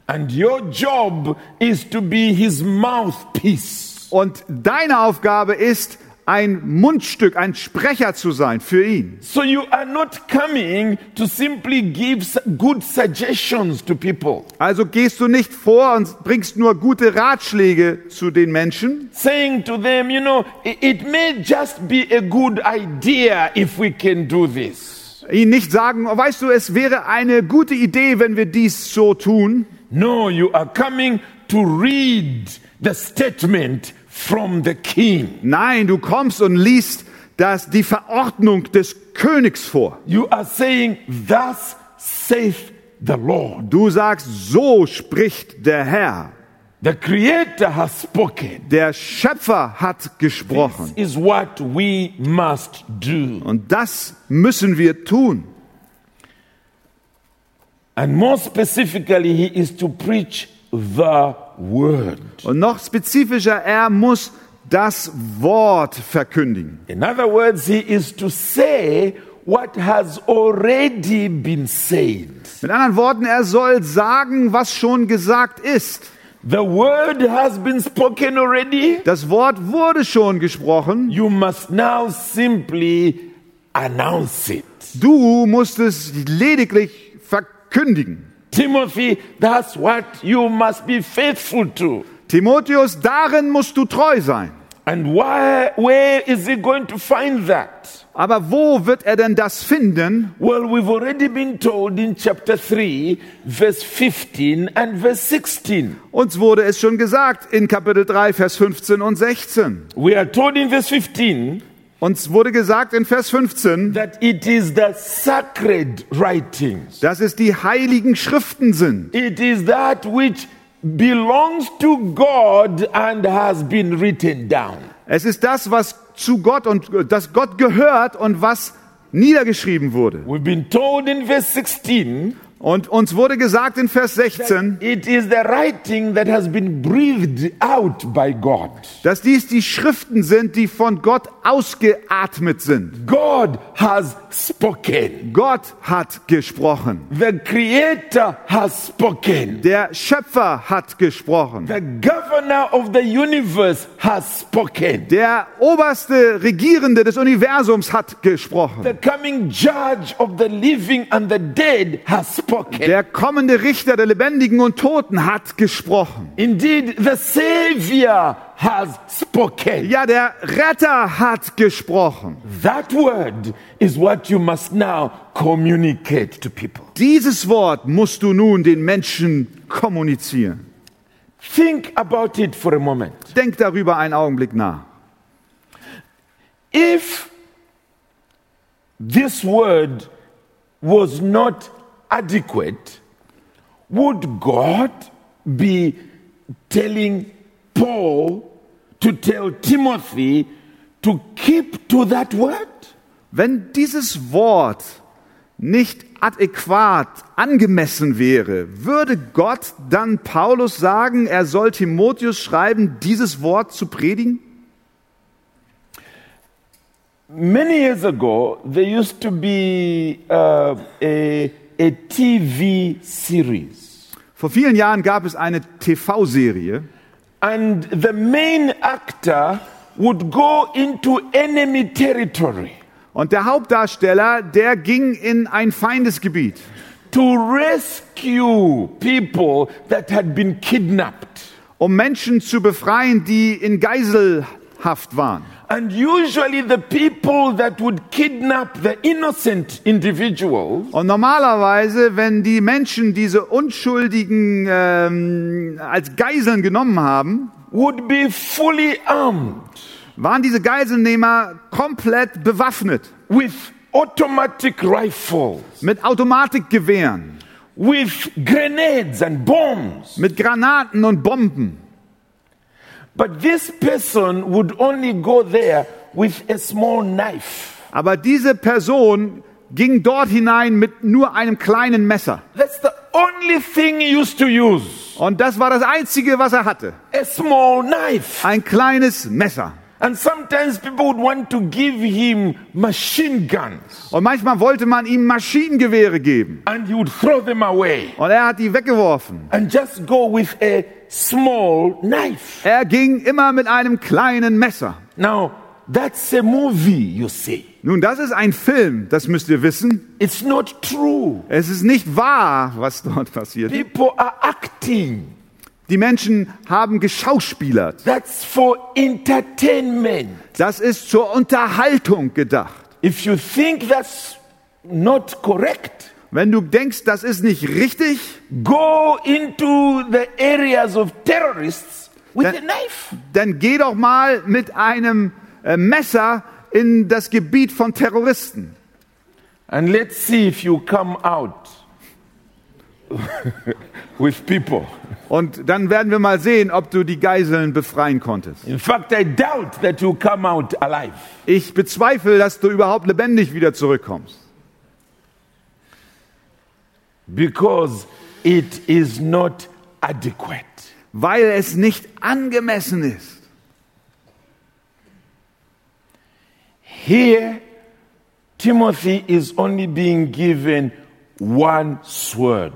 [SPEAKER 1] And your job is to be his mouthpiece.
[SPEAKER 2] Und deine Aufgabe ist, ein Mundstück, ein Sprecher zu sein für ihn.
[SPEAKER 1] So you are not coming to simply give s- good suggestions to people.
[SPEAKER 2] Also gehst du nicht vor und bringst nur gute Ratschläge zu den Menschen,
[SPEAKER 1] saying to them, you know, it, it may just be a good idea if we can do this.
[SPEAKER 2] ihnen nicht sagen, oh, weißt du, es wäre eine gute Idee, wenn wir dies so tun.
[SPEAKER 1] No, you are coming to read the statement from the king.
[SPEAKER 2] Nein, du kommst und liest das, die Verordnung des Königs vor.
[SPEAKER 1] You are saying, Thus saith the Lord.
[SPEAKER 2] Du sagst, so spricht der Herr.
[SPEAKER 1] The Creator has spoken.
[SPEAKER 2] Der Schöpfer hat gesprochen.
[SPEAKER 1] This is what we must do.
[SPEAKER 2] Und das müssen wir tun.
[SPEAKER 1] And more specifically, he is to preach the word.
[SPEAKER 2] Und noch spezifischer, er muss das Wort verkündigen.
[SPEAKER 1] In other words, he is to say what has already been said.
[SPEAKER 2] Mit anderen Worten, er soll sagen, was schon gesagt ist.
[SPEAKER 1] The word has been spoken already.
[SPEAKER 2] Das Wort wurde schon gesprochen.
[SPEAKER 1] You must now simply announce it.
[SPEAKER 2] Du musst es lediglich verkündigen.
[SPEAKER 1] Timothy, that's what you must be faithful to.
[SPEAKER 2] Timotheus, darin musst du treu sein.
[SPEAKER 1] And why, where is he going to find that?
[SPEAKER 2] Aber wo wird er denn das finden?
[SPEAKER 1] Well, we've already been told in chapter 3, verse 15 and verse 16.
[SPEAKER 2] Uns wurde es schon gesagt in Kapitel 3, Vers 15 und 16.
[SPEAKER 1] We are told in verse 15
[SPEAKER 2] Uns wurde gesagt in Vers 15,
[SPEAKER 1] that it is the sacred writings.
[SPEAKER 2] dass es die heiligen Schriften sind.
[SPEAKER 1] It is that which belongs to God and has been written down.
[SPEAKER 2] Es ist das, was zu Gott und das Gott gehört und was niedergeschrieben wurde.
[SPEAKER 1] We've been told in verse 16
[SPEAKER 2] Und uns wurde gesagt in Vers 16,
[SPEAKER 1] it is the writing that has been breathed out by God.
[SPEAKER 2] dass dies die Schriften sind, die von Gott ausgeatmet sind.
[SPEAKER 1] God has spoken.
[SPEAKER 2] Gott hat gesprochen.
[SPEAKER 1] The creator has spoken.
[SPEAKER 2] Der Schöpfer hat gesprochen.
[SPEAKER 1] The governor of the universe has spoken.
[SPEAKER 2] Der oberste Regierende des Universums hat
[SPEAKER 1] The
[SPEAKER 2] gesprochen.
[SPEAKER 1] coming judge of the living and the dead has spoken.
[SPEAKER 2] Der kommende Richter der Lebendigen und Toten hat gesprochen.
[SPEAKER 1] Indeed, the savior has spoken.
[SPEAKER 2] Ja, der Retter hat gesprochen.
[SPEAKER 1] That word is what you must now communicate to people.
[SPEAKER 2] Dieses Wort musst du nun den Menschen kommunizieren.
[SPEAKER 1] Think about it for a moment.
[SPEAKER 2] Denk darüber einen Augenblick nach.
[SPEAKER 1] If this word was not adequate, would God be telling Paul to tell Timothy to keep to that word?
[SPEAKER 2] Wenn dieses Wort nicht adäquat angemessen wäre, würde Gott dann Paulus sagen, er soll Timotheus schreiben, dieses Wort zu predigen?
[SPEAKER 1] Many years ago, there used to be uh, a, a TV series.
[SPEAKER 2] Vor vielen Jahren gab es eine TV-Serie
[SPEAKER 1] and the main actor would go into enemy territory
[SPEAKER 2] und der Hauptdarsteller, der ging in ein Feindesgebiet,
[SPEAKER 1] to rescue people that had been kidnapped.
[SPEAKER 2] um Menschen zu befreien, die in Geiselhaft waren.
[SPEAKER 1] And usually, the people that would kidnap the innocent individuals
[SPEAKER 2] Und normalerweise, wenn die Menschen diese Unschuldigen ähm, als Geiseln genommen haben,
[SPEAKER 1] would be fully armed
[SPEAKER 2] waren diese Geiselnehmer komplett bewaffnet
[SPEAKER 1] with automatic rifles,
[SPEAKER 2] mit Automatikgewehren,
[SPEAKER 1] with grenades and bombs.
[SPEAKER 2] mit Granaten und Bomben.
[SPEAKER 1] But this person would only go there with a small knife.
[SPEAKER 2] Aber diese Person ging dort hinein mit nur einem kleinen Messer.
[SPEAKER 1] That's the only thing he used to use
[SPEAKER 2] Und das war das Einzige, was er hatte.
[SPEAKER 1] a small knife.
[SPEAKER 2] Ein kleines Messer.
[SPEAKER 1] And sometimes people would want to give him machine guns
[SPEAKER 2] Und manchmal wollte man ihm Maschinengewehre geben.
[SPEAKER 1] and he would throw them away
[SPEAKER 2] Und er hat die weggeworfen.
[SPEAKER 1] and just go with a small knife.
[SPEAKER 2] Er ging immer mit einem kleinen Messer.
[SPEAKER 1] Now, that's a movie, you see.
[SPEAKER 2] Nun, das ist ein Film, das müsst ihr wissen.
[SPEAKER 1] It's not true.
[SPEAKER 2] Es ist nicht wahr, was dort passiert.
[SPEAKER 1] People are acting.
[SPEAKER 2] Die Menschen haben geschauspielert.
[SPEAKER 1] That's for entertainment.
[SPEAKER 2] Das ist zur Unterhaltung gedacht.
[SPEAKER 1] If you think that's not correct,
[SPEAKER 2] Wenn du denkst, das ist nicht richtig,
[SPEAKER 1] go into the areas of terrorists with
[SPEAKER 2] That-
[SPEAKER 1] a knife.
[SPEAKER 2] dann geh doch mal mit einem äh, Messer in das Gebiet von Terroristen.
[SPEAKER 1] And let's see if you come out with people.
[SPEAKER 2] Und dann werden wir mal sehen, ob du die Geiseln befreien konntest.
[SPEAKER 1] In fact, I doubt that you come out alive.
[SPEAKER 2] Ich bezweifle, dass du überhaupt lebendig wieder zurückkommst.
[SPEAKER 1] Because it is not adequate.
[SPEAKER 2] Weil es nicht angemessen ist.
[SPEAKER 1] Here, Timothy is only being given one sword.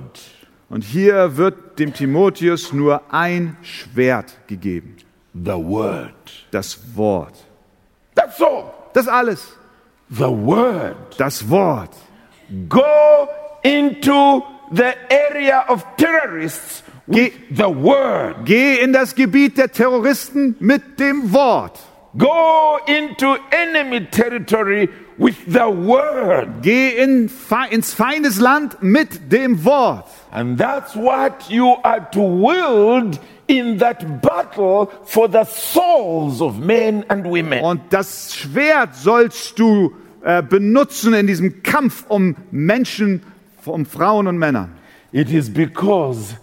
[SPEAKER 2] Und hier wird dem Timotheus nur ein Schwert gegeben,
[SPEAKER 1] The word.
[SPEAKER 2] das Wort.
[SPEAKER 1] That's all.
[SPEAKER 2] Das alles,
[SPEAKER 1] The word.
[SPEAKER 2] das Wort.
[SPEAKER 1] Go into the area of terrorists with the word.
[SPEAKER 2] Geh in das Gebiet der Terroristen mit dem Wort.
[SPEAKER 1] Go into enemy territory with the word.
[SPEAKER 2] Geh in, fe- ins Feindesland mit dem Wort.
[SPEAKER 1] And that's what you are to wield in that battle for the souls of men and women.
[SPEAKER 2] Und das Schwert sollst du äh, benutzen in diesem Kampf um Menschen, um Frauen und Männer.
[SPEAKER 1] It is because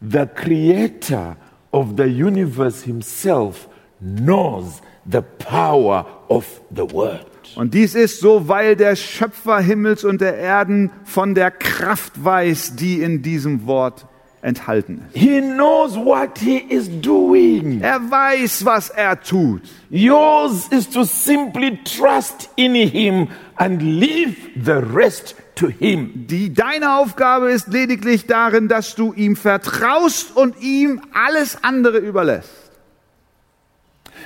[SPEAKER 1] the creator of the universe himself knows the power of the word.
[SPEAKER 2] Und dies ist so, weil der Schöpfer Himmels und der Erden von der Kraft weiß, die in diesem Wort enthalten ist.
[SPEAKER 1] He knows what he is doing.
[SPEAKER 2] Er weiß, was er tut.
[SPEAKER 1] Yours is to simply trust in Him and leave the rest to Him.
[SPEAKER 2] Die, deine Aufgabe ist lediglich darin, dass du ihm vertraust und ihm alles andere überlässt.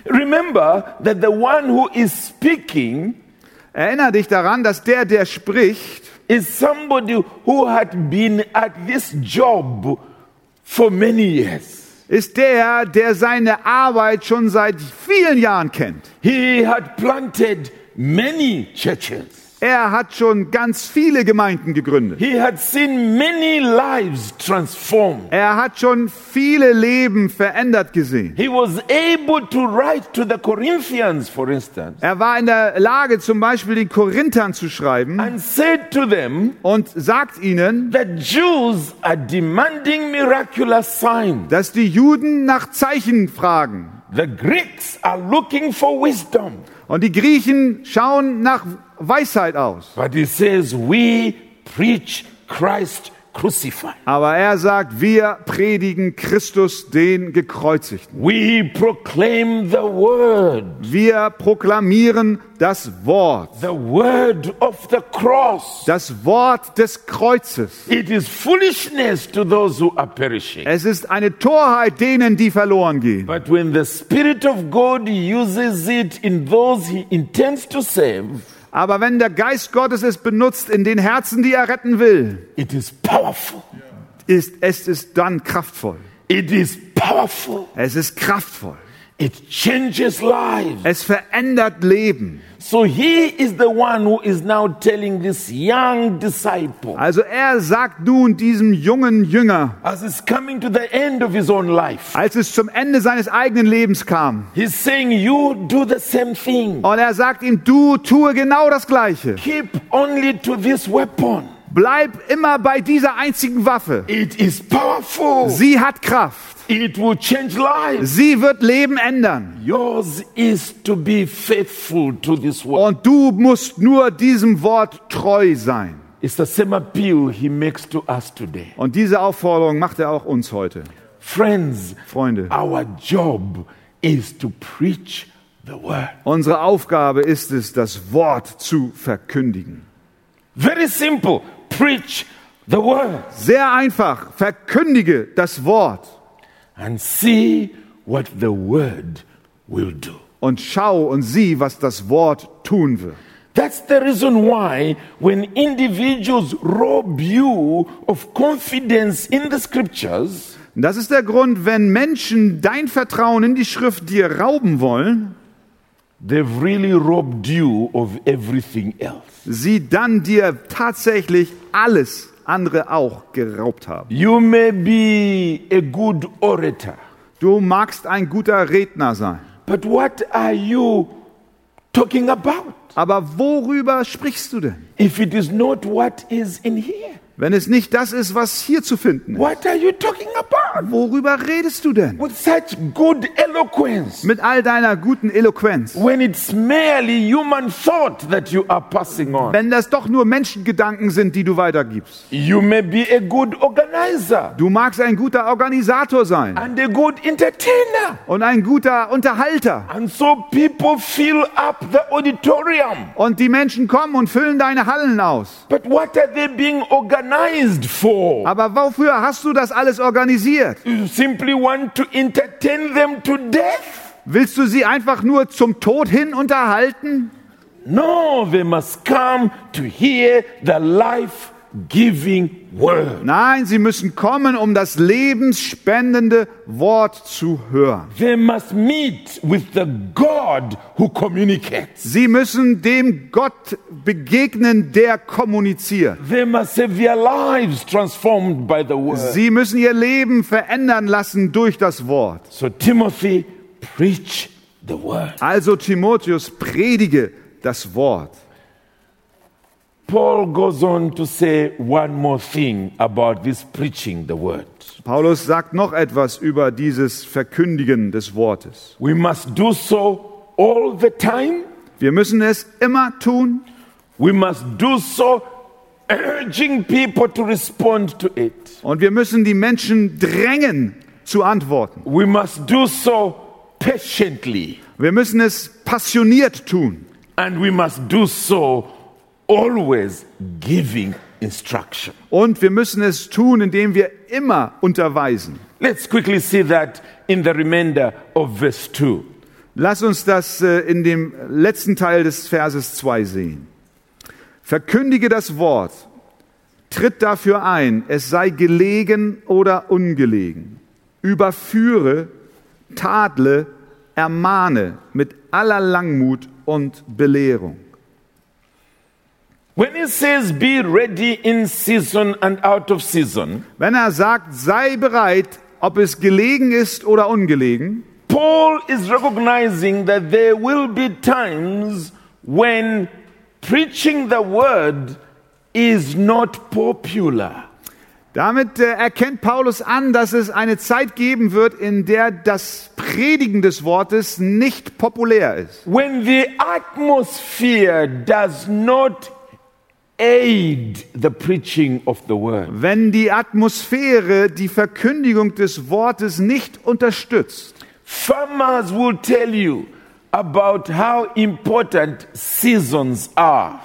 [SPEAKER 1] Remember that the one who is speaking
[SPEAKER 2] Erinner dich daran, dass der, der spricht,
[SPEAKER 1] is somebody who had been at this job for many years.
[SPEAKER 2] ist der, der seine Arbeit schon seit vielen Jahren kennt.
[SPEAKER 1] He had planted many churches.
[SPEAKER 2] Er hat schon ganz viele Gemeinden gegründet.
[SPEAKER 1] He had seen many lives transformed.
[SPEAKER 2] Er hat schon viele Leben verändert gesehen.
[SPEAKER 1] He was able to write to the Corinthians, for instance,
[SPEAKER 2] Er war in der Lage, zum Beispiel den Korinthern zu schreiben
[SPEAKER 1] and said to them,
[SPEAKER 2] und sagt ihnen,
[SPEAKER 1] The Jews are demanding miraculous signs.
[SPEAKER 2] dass die Juden nach Zeichen fragen
[SPEAKER 1] The Greeks are looking for wisdom.
[SPEAKER 2] und die Griechen schauen nach Weisheit aus.
[SPEAKER 1] But he says, We preach Christ crucified.
[SPEAKER 2] Aber er sagt, wir predigen Christus den Gekreuzigten.
[SPEAKER 1] We proclaim the word,
[SPEAKER 2] Wir proklamieren das Wort.
[SPEAKER 1] the word of the cross.
[SPEAKER 2] Das Wort des Kreuzes.
[SPEAKER 1] It is foolishness to those who are perishing.
[SPEAKER 2] Es ist eine Torheit denen, die verloren gehen.
[SPEAKER 1] But when the Spirit of God uses it in those he intends to save,
[SPEAKER 2] Aber wenn der Geist Gottes es benutzt in den Herzen, die er retten will,
[SPEAKER 1] it is powerful.
[SPEAKER 2] ist es ist dann kraftvoll.
[SPEAKER 1] It is powerful.
[SPEAKER 2] Es ist kraftvoll.
[SPEAKER 1] It changes lives.
[SPEAKER 2] Es verändert Leben.
[SPEAKER 1] So he is the one who is now telling this young disciple
[SPEAKER 2] Also er sagt nun diesem jungen Jünger,
[SPEAKER 1] as he's coming to the end of his own life.
[SPEAKER 2] als es zum Ende seines eigenen Lebens kam,
[SPEAKER 1] He's saying, You do the same thing.
[SPEAKER 2] und er sagt ihm, du tue genau das Gleiche.
[SPEAKER 1] Keep only to this weapon.
[SPEAKER 2] Bleib immer bei dieser einzigen Waffe.
[SPEAKER 1] It is powerful.
[SPEAKER 2] Sie hat Kraft.
[SPEAKER 1] It will change lives.
[SPEAKER 2] Sie wird Leben ändern.
[SPEAKER 1] Yours is to be faithful to this word.
[SPEAKER 2] Und du musst nur diesem Wort treu sein.
[SPEAKER 1] It's the same appeal he makes to us today.
[SPEAKER 2] Und diese Aufforderung macht er auch uns heute.
[SPEAKER 1] Friends,
[SPEAKER 2] Freunde,
[SPEAKER 1] our job is to preach the word.
[SPEAKER 2] unsere Aufgabe ist es, das Wort zu verkündigen.
[SPEAKER 1] Very simple. Preach the word.
[SPEAKER 2] Sehr einfach, verkündige das Wort
[SPEAKER 1] and see what the word will do.
[SPEAKER 2] und schau und sieh, was das Wort tun wird.
[SPEAKER 1] That's the reason why when individuals rob you of confidence in the scriptures,
[SPEAKER 2] Und das ist der Grund, wenn Menschen dein Vertrauen in die Schrift dir rauben wollen,
[SPEAKER 1] they've really robbed you of everything else.
[SPEAKER 2] sie dann dir tatsächlich alles andere auch geraubt haben.
[SPEAKER 1] You may be a good orator,
[SPEAKER 2] Du magst ein guter Redner sein,
[SPEAKER 1] but what are you talking about
[SPEAKER 2] aber worüber sprichst du denn,
[SPEAKER 1] if it is not what is in here?
[SPEAKER 2] wenn es nicht das ist, was hier zu finden ist.
[SPEAKER 1] What are you talking about?
[SPEAKER 2] Worüber redest du denn?
[SPEAKER 1] With such good eloquence.
[SPEAKER 2] Mit all deiner guten Eloquenz.
[SPEAKER 1] When it's merely human thought that you are passing on,
[SPEAKER 2] Wenn das doch nur Menschengedanken sind, die du weitergibst.
[SPEAKER 1] you may be a good organizer
[SPEAKER 2] Du magst ein guter Organisator sein
[SPEAKER 1] and a good entertainer.
[SPEAKER 2] und ein guter Unterhalter.
[SPEAKER 1] And so people fill up the auditorium.
[SPEAKER 2] Und die Menschen kommen und füllen deine Hallen aus.
[SPEAKER 1] But what are they being organized for?
[SPEAKER 2] Aber wofür hast du das alles organisiert?
[SPEAKER 1] You simply want to entertain them to death?
[SPEAKER 2] Willst du sie einfach nur zum Tod hin unterhalten?
[SPEAKER 1] No, they must come to hear the life giving word.
[SPEAKER 2] Nein, sie müssen kommen, um das lebensspendende Wort zu hören.
[SPEAKER 1] They must meet with the God who communicates.
[SPEAKER 2] Sie müssen dem Gott begegnen, der kommuniziert.
[SPEAKER 1] They must have their lives transformed by the word.
[SPEAKER 2] Sie müssen ihr Leben verändern lassen durch das Wort.
[SPEAKER 1] So, Timothy, preach the word.
[SPEAKER 2] Also Timotheus, predige das Wort.
[SPEAKER 1] Paul goes on to say one more thing about this preaching the word.
[SPEAKER 2] Paulus sagt noch etwas über dieses Verkündigen des Wortes.
[SPEAKER 1] We must do so all the time.
[SPEAKER 2] Wir müssen es immer tun.
[SPEAKER 1] We must do so, urging people to respond to it.
[SPEAKER 2] Und wir müssen die Menschen drängen zu antworten.
[SPEAKER 1] We must do so patiently.
[SPEAKER 2] Wir müssen es passioniert tun.
[SPEAKER 1] And we must do so always giving instruction.
[SPEAKER 2] Und wir müssen es tun, indem wir immer unterweisen.
[SPEAKER 1] Let's quickly see that in the remainder of verse 2.
[SPEAKER 2] Lass uns das äh, in dem letzten Teil des Verses 2 sehen. Verkündige das Wort, tritt dafür ein, es sei gelegen oder ungelegen. Überführe, tadle, ermahne mit aller Langmut und Belehrung.
[SPEAKER 1] When it says be ready in season and out of season,
[SPEAKER 2] Wenn er sagt, sei bereit, ob es gelegen ist oder ungelegen,
[SPEAKER 1] Paul is recognizing that there will be times when preaching the word is not popular.
[SPEAKER 2] Damit äh, erkennt Paulus an, dass es eine Zeit geben wird, in der das Predigen des Wortes nicht populär ist.
[SPEAKER 1] When the atmosphere does not aid the preaching of the word.
[SPEAKER 2] Wenn die Atmosphäre die Verkündigung des Wortes nicht unterstützt.
[SPEAKER 1] Farmers will tell you about how important seasons are.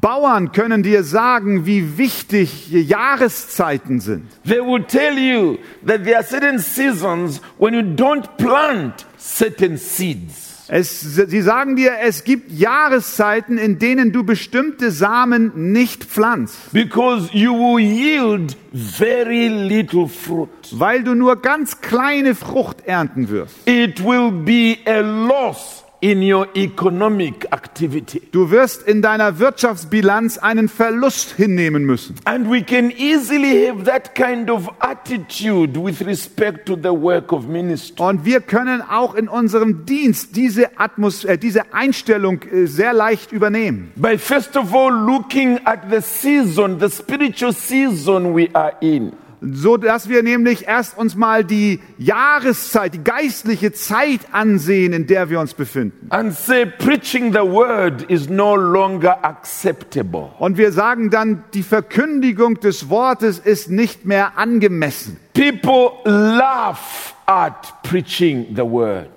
[SPEAKER 2] Bauern können dir sagen, wie wichtig Jahreszeiten sind.
[SPEAKER 1] They will tell you that there are certain seasons when you don't plant certain seeds.
[SPEAKER 2] Es, sie sagen dir, es gibt Jahreszeiten, in denen du bestimmte Samen nicht pflanzt,
[SPEAKER 1] Because you will yield very little fruit.
[SPEAKER 2] weil du nur ganz kleine Frucht ernten wirst.
[SPEAKER 1] It will be a loss in your economic activity.
[SPEAKER 2] Du wirst in deiner Wirtschaftsbilanz einen Verlust hinnehmen müssen.
[SPEAKER 1] And we can easily have that kind of attitude with respect to the work of ministry.
[SPEAKER 2] Und wir können auch in unserem Dienst diese, Atmos äh, diese Einstellung äh, sehr leicht übernehmen.
[SPEAKER 1] By first of all looking at the season, the spiritual season we are in.
[SPEAKER 2] So dass wir nämlich erst uns mal die Jahreszeit, die geistliche Zeit ansehen, in der wir uns befinden.
[SPEAKER 1] and say preaching the word is no longer acceptable.
[SPEAKER 2] Und wir sagen dann, die Verkündigung des Wortes ist nicht mehr angemessen.
[SPEAKER 1] People laugh at preaching the word.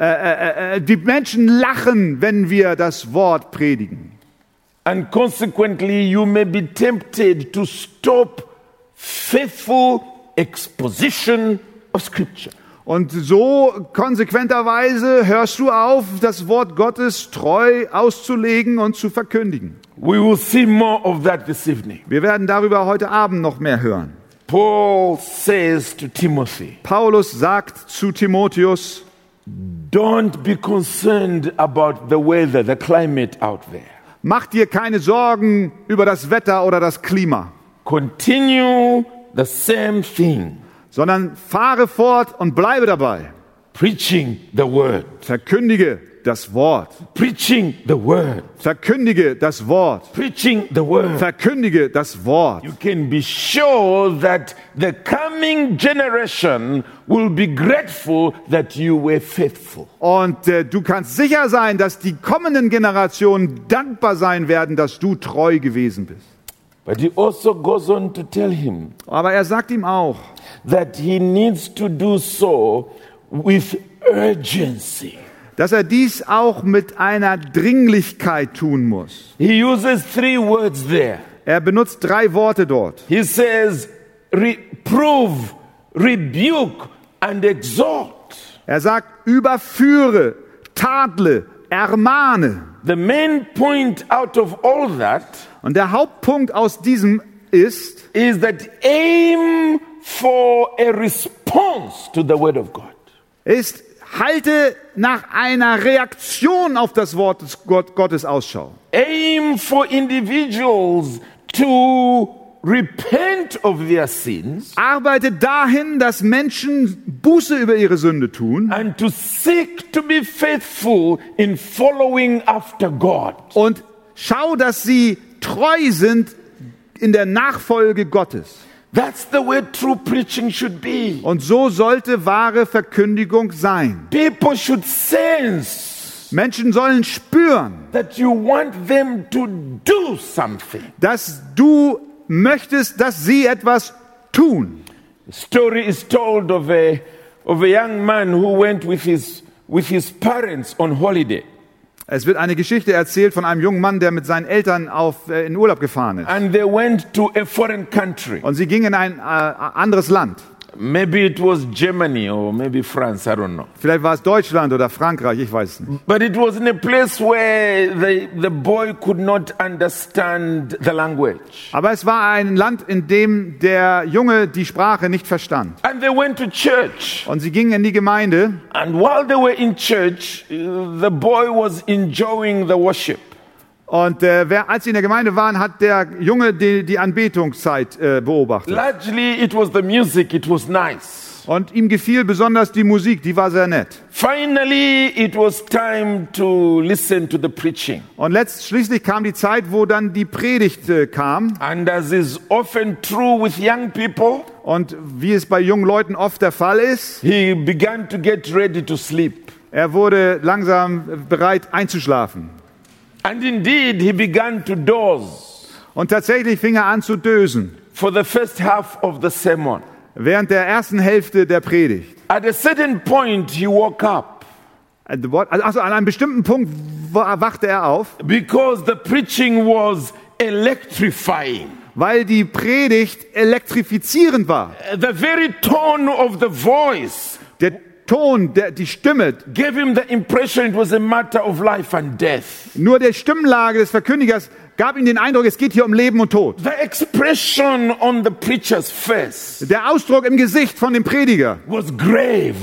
[SPEAKER 2] Äh, die Menschen lachen, wenn wir das Wort predigen.
[SPEAKER 1] And consequently, you may be tempted to stop faithful exposition of Scripture.
[SPEAKER 2] Und so konsequenterweise hörst du auf, das Wort Gottes treu auszulegen und zu verkündigen.
[SPEAKER 1] We will see more of that this evening.
[SPEAKER 2] Wir werden darüber heute Abend noch mehr hören.
[SPEAKER 1] Paul says to Timothy,
[SPEAKER 2] Paulus sagt zu Timotheus,
[SPEAKER 1] Don't be concerned about the weather, the climate out there.
[SPEAKER 2] mach dir keine Sorgen über das Wetter oder das Klima,
[SPEAKER 1] Continue the same thing,
[SPEAKER 2] sondern fahre fort und bleibe dabei.
[SPEAKER 1] preaching the word.
[SPEAKER 2] Verkündige das Wort.
[SPEAKER 1] preaching the word,
[SPEAKER 2] Verkündige das Wort.
[SPEAKER 1] preaching the word.
[SPEAKER 2] Verkündige das Wort.
[SPEAKER 1] You can be sure that the coming generation will be grateful that you were faithful.
[SPEAKER 2] Und äh, du kannst sicher sein, dass die kommenden Generationen dankbar sein werden, dass du treu gewesen bist.
[SPEAKER 1] But he also goes on to tell him
[SPEAKER 2] Aber er sagt ihm auch,
[SPEAKER 1] that he needs to do so with urgency.
[SPEAKER 2] dass er dies auch mit einer Dringlichkeit tun muss.
[SPEAKER 1] He uses three words there.
[SPEAKER 2] Er benutzt drei Worte dort.
[SPEAKER 1] He says, reprove, rebuke, and exhort.
[SPEAKER 2] Er sagt, überführe, tadle, ermahne.
[SPEAKER 1] The main point out of all that
[SPEAKER 2] Und der Hauptpunkt aus diesem ist,
[SPEAKER 1] is that aim for a response to the word of God.
[SPEAKER 2] ist, halte nach einer Reaktion auf das Wort des Gott, Gottes Ausschau.
[SPEAKER 1] Aim for individuals to repent of their sins
[SPEAKER 2] Arbeite dahin, dass Menschen Buße über ihre Sünde tun
[SPEAKER 1] and to seek to be faithful in following after God.
[SPEAKER 2] und schau, dass sie treu sind in der Nachfolge Gottes.
[SPEAKER 1] That's the way true preaching should be.
[SPEAKER 2] Und so sollte wahre Verkündigung sein.
[SPEAKER 1] People should sense
[SPEAKER 2] Menschen sollen spüren,
[SPEAKER 1] that you want them to do something.
[SPEAKER 2] dass du möchtest, dass sie etwas tun.
[SPEAKER 1] The story is told of a, of a young man who went with his, with his parents on holiday.
[SPEAKER 2] Es wird eine Geschichte erzählt von einem jungen Mann, der mit seinen Eltern auf, äh, in Urlaub gefahren ist.
[SPEAKER 1] And they went to a foreign country.
[SPEAKER 2] Und sie gingen in ein äh, anderes Land.
[SPEAKER 1] Maybe it was Germany or maybe France, I don't know.
[SPEAKER 2] Vielleicht war es Deutschland oder Frankreich, ich weiß es nicht.
[SPEAKER 1] But it was in a place where the, the boy could not understand the language.
[SPEAKER 2] Aber es war ein Land, in dem der Junge die Sprache nicht verstand.
[SPEAKER 1] And they went to church.
[SPEAKER 2] Und sie gingen in die Gemeinde
[SPEAKER 1] And while they were in church, uh, the boy was enjoying the worship.
[SPEAKER 2] und äh, wer, als sie in der Gemeinde waren, hat der Junge die, die Anbetungszeit äh, beobachtet.
[SPEAKER 1] Largely, it was the music, it was nice.
[SPEAKER 2] Und ihm gefiel besonders die Musik, die war sehr nett.
[SPEAKER 1] Finally, it was time to listen to the preaching.
[SPEAKER 2] Und letzt, schließlich kam die Zeit, wo dann die Predigt äh, kam.
[SPEAKER 1] And as is often true with young people,
[SPEAKER 2] Und wie es bei jungen Leuten oft der Fall ist,
[SPEAKER 1] he began to get ready to sleep.
[SPEAKER 2] er wurde langsam bereit einzuschlafen.
[SPEAKER 1] And indeed, he began to doze
[SPEAKER 2] Und tatsächlich fing er an zu dösen
[SPEAKER 1] for the first half of the sermon.
[SPEAKER 2] während der ersten Hälfte der Predigt.
[SPEAKER 1] At a certain point, he woke up
[SPEAKER 2] Also also an einem bestimmten Punkt wa- wachte er auf,
[SPEAKER 1] because the preaching was electrifying.
[SPEAKER 2] weil die Predigt elektrifizierend war.
[SPEAKER 1] Uh, The very tone of the voice
[SPEAKER 2] Der Ton, der, die Stimme,
[SPEAKER 1] gave him the impression it was a matter of life and death.
[SPEAKER 2] nur der Stimmlage des Verkündigers gab ihm den Eindruck, es geht hier um Leben und Tod.
[SPEAKER 1] The expression on the preacher's face
[SPEAKER 2] Der Ausdruck im Gesicht von dem Prediger
[SPEAKER 1] was grave.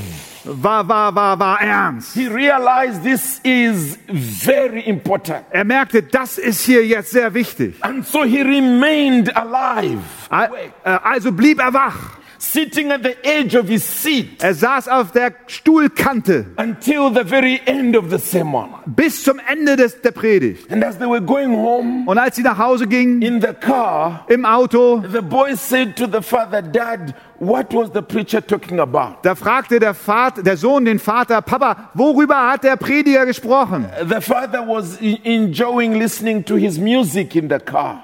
[SPEAKER 2] war, war, war, war ernst.
[SPEAKER 1] He realized this is very important.
[SPEAKER 2] Er merkte, das ist hier jetzt sehr wichtig.
[SPEAKER 1] And so he remained alive,
[SPEAKER 2] Al- äh, Also blieb er wach.
[SPEAKER 1] sitting at the edge of his seat
[SPEAKER 2] Er saß auf der Stuhlkante
[SPEAKER 1] until the very end of the sermon.
[SPEAKER 2] bis zum Ende des, der Predigt.
[SPEAKER 1] And as they were going home
[SPEAKER 2] Und als sie nach Hause gingen,
[SPEAKER 1] in the car,
[SPEAKER 2] im Auto,
[SPEAKER 1] the boy said to the father, Dad, what was the preacher talking about?
[SPEAKER 2] da fragte der, Vater, der Sohn den Vater, Papa, worüber hat der Prediger gesprochen?
[SPEAKER 1] The father was e- enjoying listening to his music in the car.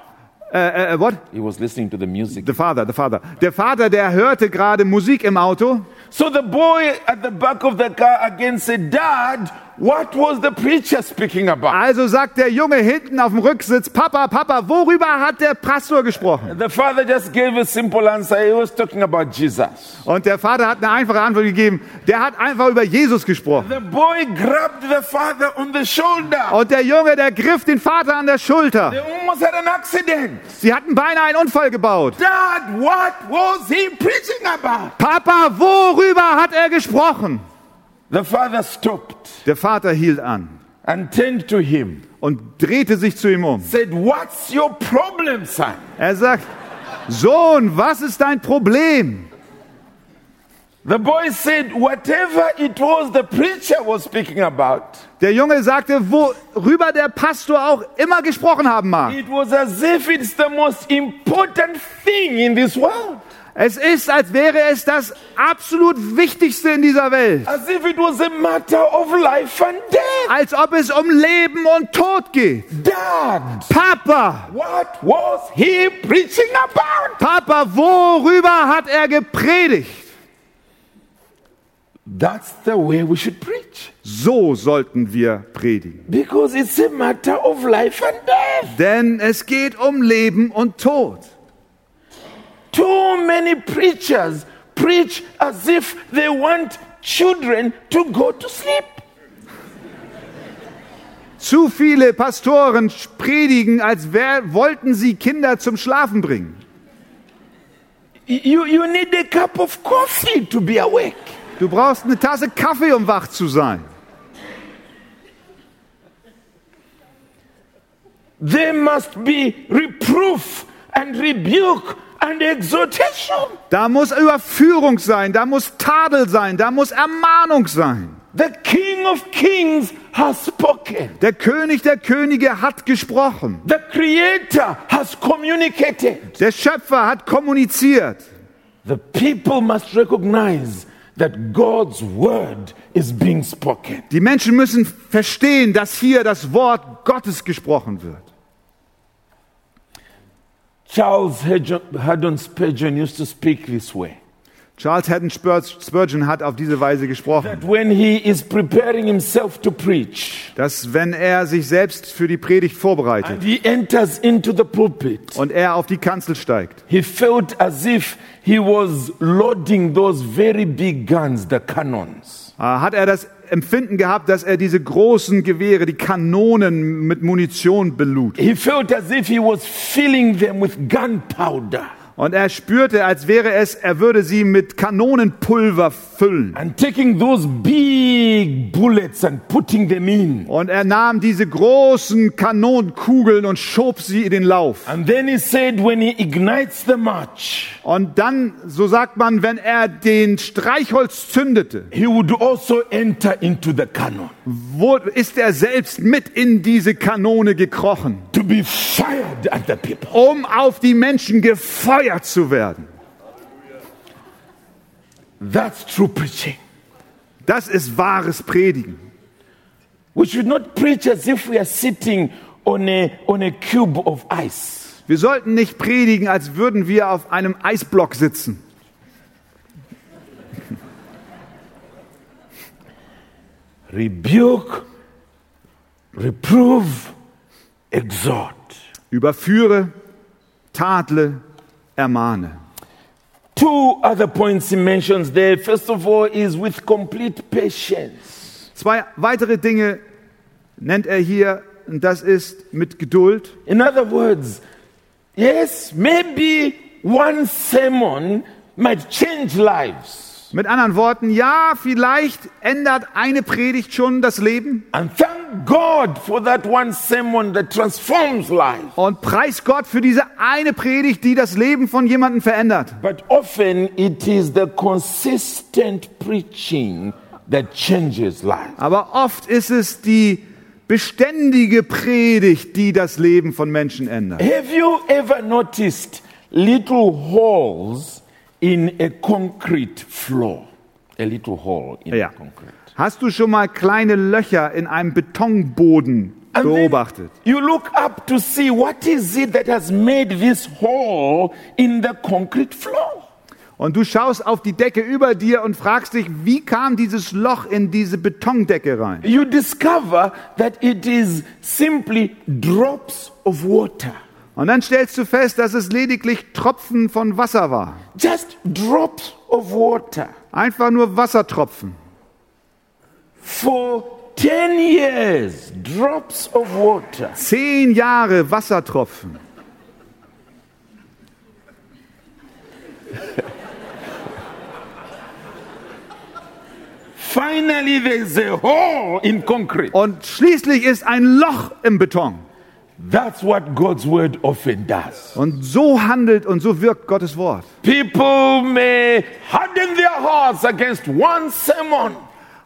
[SPEAKER 2] Äh, äh, what?
[SPEAKER 1] He was listening to the music.
[SPEAKER 2] The father, the father. Der Vater, der hörte gerade Musik im Auto.
[SPEAKER 1] So the boy at the back of the car again said, Dad, what was the preacher speaking about?
[SPEAKER 2] Also sagt der Junge hinten auf dem Rücksitz, Papa, Papa, worüber hat der Pastor gesprochen?
[SPEAKER 1] The father just gave a simple answer. He was talking about Jesus.
[SPEAKER 2] Und der Vater hat eine einfache Antwort gegeben. Der hat einfach über Jesus gesprochen.
[SPEAKER 1] The boy grabbed the father on the shoulder.
[SPEAKER 2] Und der Junge, der griff den Vater an der
[SPEAKER 1] They
[SPEAKER 2] Schulter.
[SPEAKER 1] almost had an accident.
[SPEAKER 2] Sie hatten beinahe einen Unfall gebaut.
[SPEAKER 1] Dad, what was he preaching about?
[SPEAKER 2] Papa, worüber hat er gesprochen?
[SPEAKER 1] The father stopped
[SPEAKER 2] Der Vater hielt an
[SPEAKER 1] and turned to him.
[SPEAKER 2] und drehte sich zu ihm um.
[SPEAKER 1] Said, What's your problem, son?
[SPEAKER 2] Er sagt, Sohn, was ist dein Problem?
[SPEAKER 1] The boy said, whatever it was the preacher was speaking about,
[SPEAKER 2] Der Junge sagte, worüber der Pastor auch immer gesprochen haben mag.
[SPEAKER 1] it was as if it's the most important thing in this world.
[SPEAKER 2] Es ist, als wäre es das absolut Wichtigste in dieser Welt.
[SPEAKER 1] As if it was a matter of life and death.
[SPEAKER 2] Als ob es um Leben und Tod geht.
[SPEAKER 1] Dad,
[SPEAKER 2] Papa,
[SPEAKER 1] what was he preaching about?
[SPEAKER 2] Papa, worüber hat er gepredigt?
[SPEAKER 1] That's the way we should preach.
[SPEAKER 2] So sollten wir predigen.
[SPEAKER 1] Because it's a matter of life and death.
[SPEAKER 2] Denn es geht um Leben und Tod.
[SPEAKER 1] Too many preachers preach as if they want children to go to sleep.
[SPEAKER 2] Zu viele Pastoren predigen, als wär, wollten sie Kinder zum Schlafen bringen.
[SPEAKER 1] You, you need a cup of coffee to be awake.
[SPEAKER 2] Du brauchst eine Tasse Kaffee, um wach zu sein.
[SPEAKER 1] There must be reproof and rebuke and exhortation.
[SPEAKER 2] Da muss Überführung sein, da muss Tadel sein, da muss Ermahnung sein.
[SPEAKER 1] The King of Kings has spoken.
[SPEAKER 2] Der König der Könige hat gesprochen.
[SPEAKER 1] The Creator has communicated.
[SPEAKER 2] Der Schöpfer hat kommuniziert.
[SPEAKER 1] The people must recognize that God's word is being spoken.
[SPEAKER 2] Die Menschen müssen verstehen, dass hier das Wort Gottes gesprochen wird.
[SPEAKER 1] Charles Hedge- Haddon Spurgeon used to speak this way
[SPEAKER 2] Charles Haddon Spur- Spurgeon hat auf diese Weise gesprochen,
[SPEAKER 1] that when he is preparing himself to preach
[SPEAKER 2] dass wenn er sich selbst für die Predigt
[SPEAKER 1] and
[SPEAKER 2] vorbereitet
[SPEAKER 1] he enters into the pulpit,
[SPEAKER 2] und er auf die Kanzel steigt,
[SPEAKER 1] he felt as if he was loading those very big guns, the cannons.
[SPEAKER 2] äh, hat er das Empfinden gehabt, dass er diese großen Gewehre, die Kanonen mit Munition belud.
[SPEAKER 1] He felt as if he was filling them with gunpowder
[SPEAKER 2] Und er spürte, als wäre es, er würde sie mit Kanonenpulver füllen.
[SPEAKER 1] and taking those big bullets and putting them in.
[SPEAKER 2] Und er nahm diese großen Kanonenkugeln und schob sie in den Lauf.
[SPEAKER 1] And then he said, when he ignites the match,
[SPEAKER 2] Und dann, so sagt man, wenn er den Streichholz zündete,
[SPEAKER 1] he would also enter into the cannon
[SPEAKER 2] wo ist er selbst mit in diese Kanone gekrochen,
[SPEAKER 1] to be fired at the people.
[SPEAKER 2] um auf die Menschen gefeuert zu werden.
[SPEAKER 1] That's true preaching.
[SPEAKER 2] Das ist wahres Predigen.
[SPEAKER 1] We should not preach as if we are sitting on a, on a cube of ice.
[SPEAKER 2] Wir sollten nicht predigen, als würden wir auf einem Eisblock sitzen.
[SPEAKER 1] Rebuke, reprove, exhort.
[SPEAKER 2] Überführe, tadle, ermahne.
[SPEAKER 1] Two other points he mentions there. First of all, is with complete patience.
[SPEAKER 2] Zwei weitere Dinge nennt er hier, und das ist mit Geduld.
[SPEAKER 1] In other words, yes, maybe one sermon might change lives.
[SPEAKER 2] Mit anderen Worten, ja, vielleicht ändert eine Predigt schon das Leben.
[SPEAKER 1] And thank God for that one sermon that transforms lives.
[SPEAKER 2] Und preis Gott für diese eine Predigt, die das Leben von jemandem verändert.
[SPEAKER 1] But often it is the consistent preaching that changes lives.
[SPEAKER 2] Aber oft ist es die beständige Predigt, die das Leben von Menschen ändert.
[SPEAKER 1] Have you ever noticed little holes in a concrete floor? A little hole in
[SPEAKER 2] Ja.
[SPEAKER 1] concrete.
[SPEAKER 2] Hast du schon mal kleine Löcher in einem Betonboden
[SPEAKER 1] And then
[SPEAKER 2] beobachtet?
[SPEAKER 1] You look up to see what is it that has made this hole in the concrete floor.
[SPEAKER 2] Und du schaust auf die Decke über dir und fragst dich, wie kam dieses Loch in diese Betondecke rein?
[SPEAKER 1] You discover that it is simply drops of water.
[SPEAKER 2] Und dann stellst du fest, dass es lediglich Tropfen von Wasser war.
[SPEAKER 1] Just drops of water.
[SPEAKER 2] Einfach nur Wassertropfen.
[SPEAKER 1] For 10 years, drops of water.
[SPEAKER 2] Zehn Jahre Wassertropfen.
[SPEAKER 1] Finally, there's a hole in concrete.
[SPEAKER 2] Und schließlich ist ein Loch im Beton.
[SPEAKER 1] That's what God's word often does.
[SPEAKER 2] Und so handelt und so wirkt Gottes Wort.
[SPEAKER 1] People may harden their hearts against one sermon,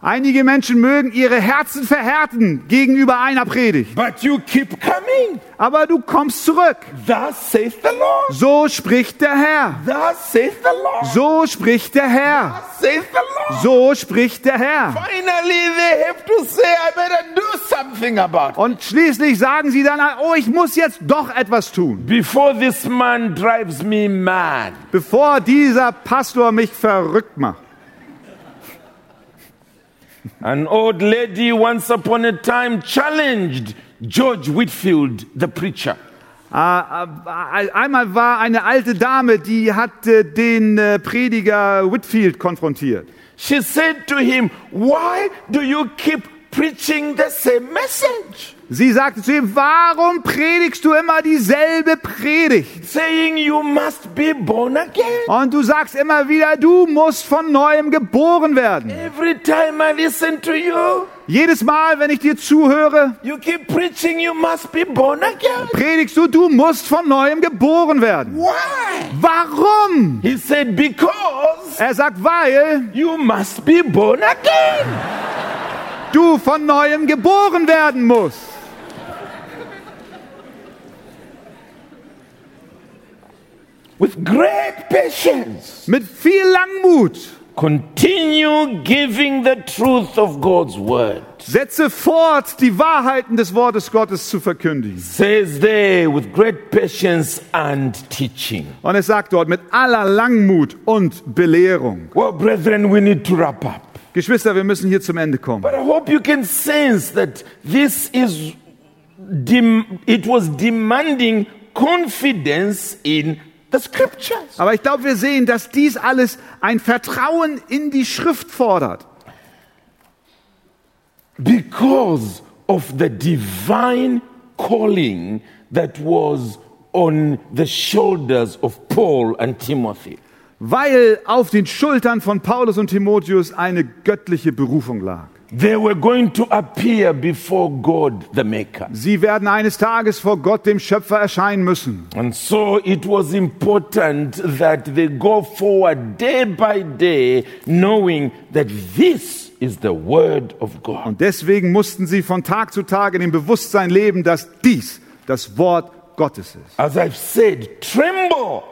[SPEAKER 2] Einige Menschen mögen ihre Herzen verhärten gegenüber einer Predigt.
[SPEAKER 1] but you keep coming.
[SPEAKER 2] Aber du kommst zurück.
[SPEAKER 1] Thus saith the Lord.
[SPEAKER 2] So spricht der Herr.
[SPEAKER 1] Thus saith the Lord.
[SPEAKER 2] So spricht der Herr.
[SPEAKER 1] Thus saith the Lord.
[SPEAKER 2] So spricht der Herr.
[SPEAKER 1] Finally, they have to say, I better do something about it.
[SPEAKER 2] Und schließlich sagen sie dann, oh, ich muss jetzt doch etwas tun,
[SPEAKER 1] Before this man drives me mad,
[SPEAKER 2] bevor dieser Pastor mich verrückt macht.
[SPEAKER 1] an old lady once upon a time challenged George Whitfield, the preacher.
[SPEAKER 2] Ah, ah, Einmal war eine alte Dame, die hatte den äh, Prediger Whitfield konfrontiert.
[SPEAKER 1] She said to him, Why do you keep preaching the same message?
[SPEAKER 2] Sie sagte zu ihm, warum predigst du immer dieselbe Predigt?
[SPEAKER 1] Saying you must be born again.
[SPEAKER 2] Und du sagst immer wieder, du musst von neuem geboren werden.
[SPEAKER 1] Every time I listen to you,
[SPEAKER 2] Jedes Mal, wenn ich dir zuhöre,
[SPEAKER 1] you keep preaching you must be born again.
[SPEAKER 2] predigst du, du musst von neuem geboren werden.
[SPEAKER 1] Why?
[SPEAKER 2] Warum?
[SPEAKER 1] He said, Because
[SPEAKER 2] Er sagt, weil
[SPEAKER 1] you must be born again.
[SPEAKER 2] du von neuem geboren werden musst.
[SPEAKER 1] With great patience,
[SPEAKER 2] Mit viel Langmut.
[SPEAKER 1] continue giving the truth of God's word.
[SPEAKER 2] Setze fort, die Wahrheiten des Wortes Gottes zu verkündigen.
[SPEAKER 1] Says they, with great patience and teaching.
[SPEAKER 2] Und es sagt dort, mit aller Langmut und Belehrung.
[SPEAKER 1] Well, brethren, we need to wrap up.
[SPEAKER 2] Geschwister, wir müssen hier zum Ende kommen.
[SPEAKER 1] But I hope you can sense that this is, dem- it was demanding confidence in the scriptures.
[SPEAKER 2] Aber ich glaube, wir sehen, dass dies alles ein Vertrauen in die Schrift fordert.
[SPEAKER 1] Because of the divine calling that was on the shoulders of Paul and Timothy.
[SPEAKER 2] Weil auf den Schultern von Paulus und Timotheus eine göttliche Berufung lag.
[SPEAKER 1] They were going to appear before God the Maker.
[SPEAKER 2] Sie werden eines Tages vor Gott, dem Schöpfer, erscheinen müssen.
[SPEAKER 1] And so it was important that they go forward day by day knowing that this is the Word of God.
[SPEAKER 2] Und deswegen mussten sie von Tag zu Tag in dem Bewusstsein leben, dass dies das Wort Gottes ist.
[SPEAKER 1] As I've said, tremble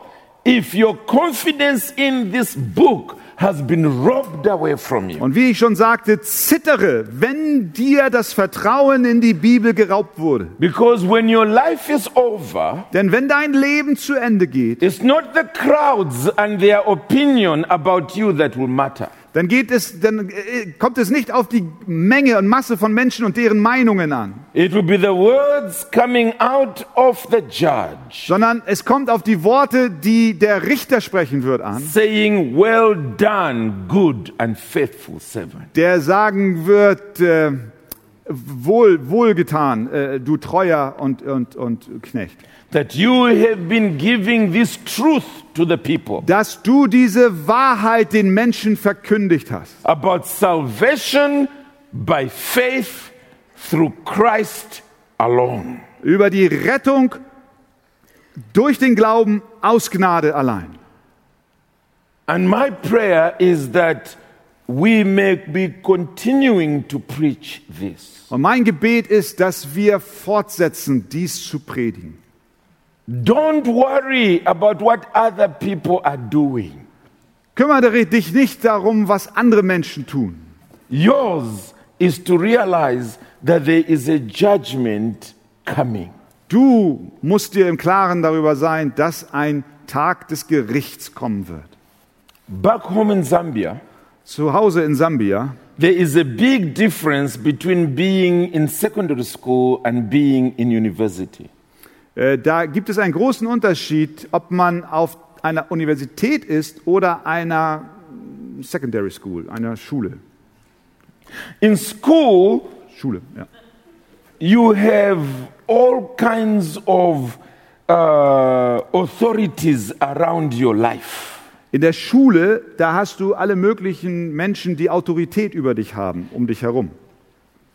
[SPEAKER 1] if your confidence in this book has been robbed away from you.
[SPEAKER 2] Und wie ich schon sagte, zittere, wenn dir das Vertrauen in die Bibel geraubt wurde.
[SPEAKER 1] Because when your life is over,
[SPEAKER 2] Denn wenn dein Leben zu Ende geht,
[SPEAKER 1] it's not the crowds and their opinion about you that will matter.
[SPEAKER 2] dann geht es, dann äh, kommt es nicht auf die Menge und Masse von Menschen und deren Meinungen an,
[SPEAKER 1] It will be the words coming out of the judge
[SPEAKER 2] sondern es kommt auf die Worte, die der Richter sprechen wird an,
[SPEAKER 1] saying, Well done, good and faithful servant.
[SPEAKER 2] der sagen wird, äh, wohl, wohlgetan, äh, du treuer und, und, und Knecht,
[SPEAKER 1] That you have been giving this truth to the people.
[SPEAKER 2] dass du diese Wahrheit den Menschen verkündigt hast.
[SPEAKER 1] about salvation by faith through Christ alone.
[SPEAKER 2] über die Rettung durch den Glauben aus Gnade allein.
[SPEAKER 1] And my prayer is that we may be continuing to preach this.
[SPEAKER 2] Und mein Gebet ist, dass wir fortsetzen, dies zu predigen.
[SPEAKER 1] Don't worry about what other people are doing.
[SPEAKER 2] Kümmere dich nicht darum, was andere Menschen tun.
[SPEAKER 1] Yours is to realize that there is a judgment coming.
[SPEAKER 2] Du musst dir im Klaren darüber sein, dass ein Tag des Gerichts kommen wird.
[SPEAKER 1] Back home in Zambia,
[SPEAKER 2] Zu Hause in Sambia
[SPEAKER 1] there is a big difference between being in secondary school and being in university.
[SPEAKER 2] Äh, da gibt es einen großen Unterschied, ob man auf einer Universität ist oder einer Secondary School, einer Schule.
[SPEAKER 1] In school,
[SPEAKER 2] Schule, ja.
[SPEAKER 1] you have all kinds of uh, authorities around your life.
[SPEAKER 2] In der Schule, da hast du alle möglichen Menschen, die Autorität über dich haben, um dich herum.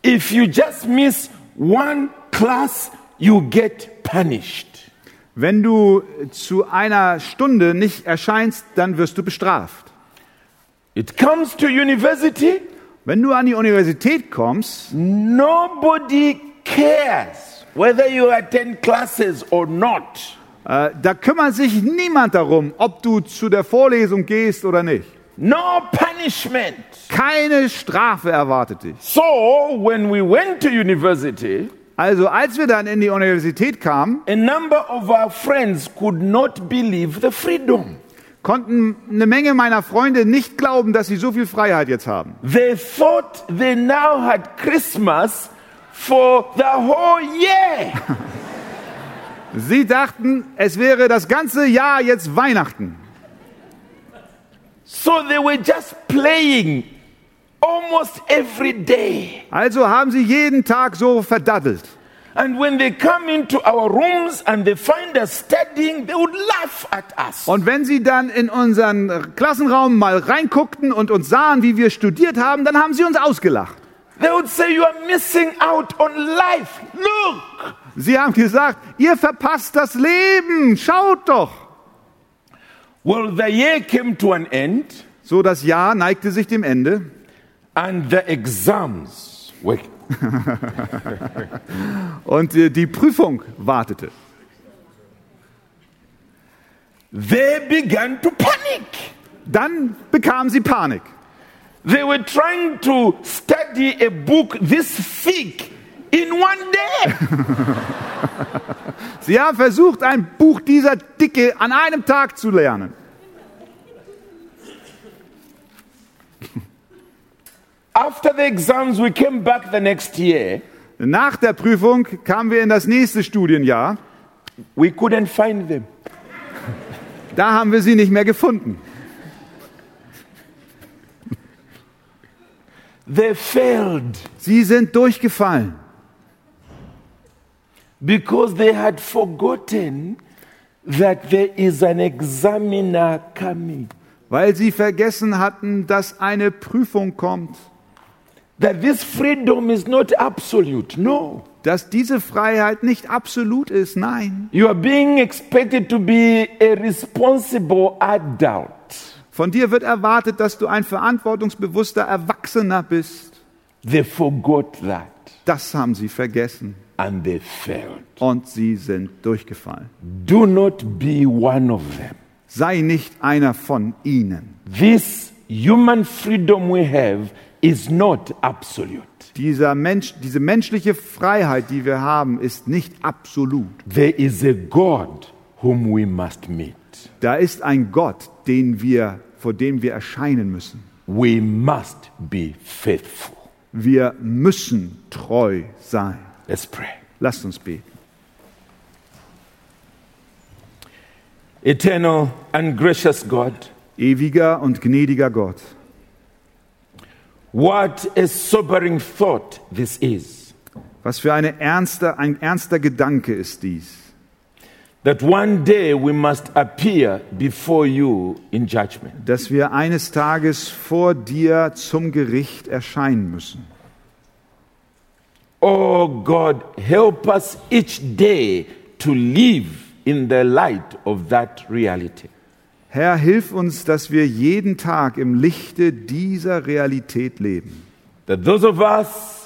[SPEAKER 1] If you just miss one class, you get punished.
[SPEAKER 2] Wenn du zu einer Stunde nicht erscheinst, dann wirst du bestraft.
[SPEAKER 1] It comes to university,
[SPEAKER 2] Wenn du an die Universität kommst,
[SPEAKER 1] nobody cares whether you attend classes or not.
[SPEAKER 2] äh, da kümmert sich niemand darum, ob du zu der Vorlesung gehst oder nicht.
[SPEAKER 1] No punishment.
[SPEAKER 2] Keine Strafe erwartet dich.
[SPEAKER 1] So when we went to university,
[SPEAKER 2] Also als wir dann in die Universität kamen,
[SPEAKER 1] a number of our friends could not believe the freedom.
[SPEAKER 2] konnten eine Menge meiner Freunde nicht glauben, dass sie so viel Freiheit jetzt haben.
[SPEAKER 1] They thought they now had Christmas for the whole year.
[SPEAKER 2] Sie dachten, es wäre das ganze Jahr jetzt Weihnachten.
[SPEAKER 1] So they were just playing almost every day.
[SPEAKER 2] Also haben sie jeden Tag so verdattelt.
[SPEAKER 1] And when they come into our rooms and they find us studying, they would laugh at us.
[SPEAKER 2] Und wenn sie dann in unseren Klassenraum mal reinguckten und uns sahen, wie wir studiert haben, dann haben sie uns ausgelacht.
[SPEAKER 1] They would say, You are missing out on life. Look!
[SPEAKER 2] Sie haben gesagt, ihr verpasst das Leben, schaut doch.
[SPEAKER 1] Well, the year came to an end
[SPEAKER 2] So, das Jahr neigte sich dem Ende
[SPEAKER 1] and the exams were.
[SPEAKER 2] und äh, die Prüfung wartete.
[SPEAKER 1] They began to panic.
[SPEAKER 2] Dann bekamen sie Panik.
[SPEAKER 1] They were trying to study a book this thick in one day.
[SPEAKER 2] Sie haben versucht, ein Buch dieser Dicke an einem Tag zu lernen.
[SPEAKER 1] After the exams, we came back the next year.
[SPEAKER 2] Nach der Prüfung kamen wir in das nächste Studienjahr.
[SPEAKER 1] We couldn't find them.
[SPEAKER 2] Da haben wir sie nicht mehr gefunden.
[SPEAKER 1] They failed
[SPEAKER 2] Sie sind durchgefallen,
[SPEAKER 1] because they had forgotten that there is an examiner coming,
[SPEAKER 2] weil sie vergessen hatten, dass eine Prüfung kommt,
[SPEAKER 1] that this freedom is not absolute. No.
[SPEAKER 2] dass diese Freiheit nicht absolut ist. Nein.
[SPEAKER 1] You are being expected to be a responsible adult.
[SPEAKER 2] Von dir wird erwartet, dass du ein verantwortungsbewusster Erwachsener bist.
[SPEAKER 1] They forgot that
[SPEAKER 2] Das haben sie vergessen
[SPEAKER 1] and they failed.
[SPEAKER 2] und sie sind durchgefallen.
[SPEAKER 1] Do not be one of them.
[SPEAKER 2] Sei nicht einer von ihnen.
[SPEAKER 1] This human freedom we have is not absolute.
[SPEAKER 2] Dieser Mensch, diese menschliche Freiheit, die wir haben, ist nicht absolut.
[SPEAKER 1] There is a God whom we must meet.
[SPEAKER 2] Da ist ein Gott, den wir, vor dem wir erscheinen müssen.
[SPEAKER 1] We must be faithful.
[SPEAKER 2] Wir müssen treu sein.
[SPEAKER 1] Let's pray.
[SPEAKER 2] Lasst uns beten.
[SPEAKER 1] Eternal and gracious God,
[SPEAKER 2] Ewiger und gnädiger Gott,
[SPEAKER 1] what a sobering thought this is
[SPEAKER 2] was für eine ernste, ein ernster Gedanke ist dies,
[SPEAKER 1] that one day we must appear before you in judgment.
[SPEAKER 2] dass wir eines Tages vor dir zum Gericht erscheinen müssen.
[SPEAKER 1] Oh God, help us each day to live in the light of that reality.
[SPEAKER 2] Herr, hilf uns, dass wir jeden Tag im Lichte dieser Realität leben,
[SPEAKER 1] That those of us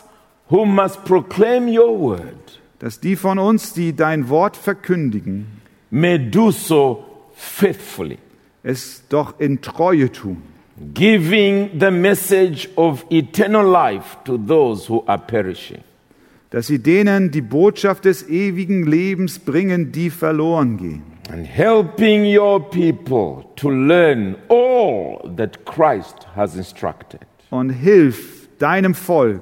[SPEAKER 1] who must proclaim your word
[SPEAKER 2] dass die von uns, die dein Wort verkündigen,
[SPEAKER 1] may do so faithfully,
[SPEAKER 2] es doch in Treue tun,
[SPEAKER 1] giving the message of eternal life to those who are perishing.
[SPEAKER 2] dass sie denen die Botschaft des ewigen Lebens bringen, die verloren gehen.
[SPEAKER 1] and helping your people to learn all that Christ has instructed.
[SPEAKER 2] und hilf deinem Volk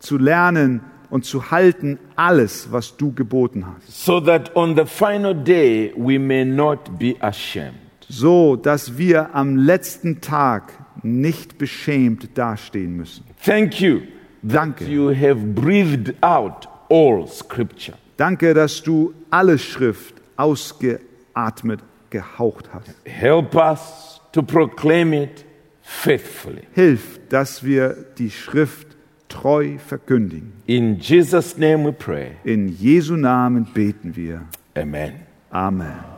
[SPEAKER 2] zu lernen und zu halten alles, was du geboten hast,
[SPEAKER 1] So that on the final day we may not be ashamed.
[SPEAKER 2] so dass wir am letzten Tag nicht beschämt dastehen müssen.
[SPEAKER 1] Thank you that
[SPEAKER 2] Danke.
[SPEAKER 1] you have breathed out all scripture.
[SPEAKER 2] Danke, dass du alle Schrift ausgeatmet gehaucht hast.
[SPEAKER 1] Help us to proclaim it faithfully.
[SPEAKER 2] Hilf, dass wir die Schrift treu verkündigen.
[SPEAKER 1] In Jesus' name we pray.
[SPEAKER 2] In Jesu Namen beten wir.
[SPEAKER 1] Amen.
[SPEAKER 2] Amen.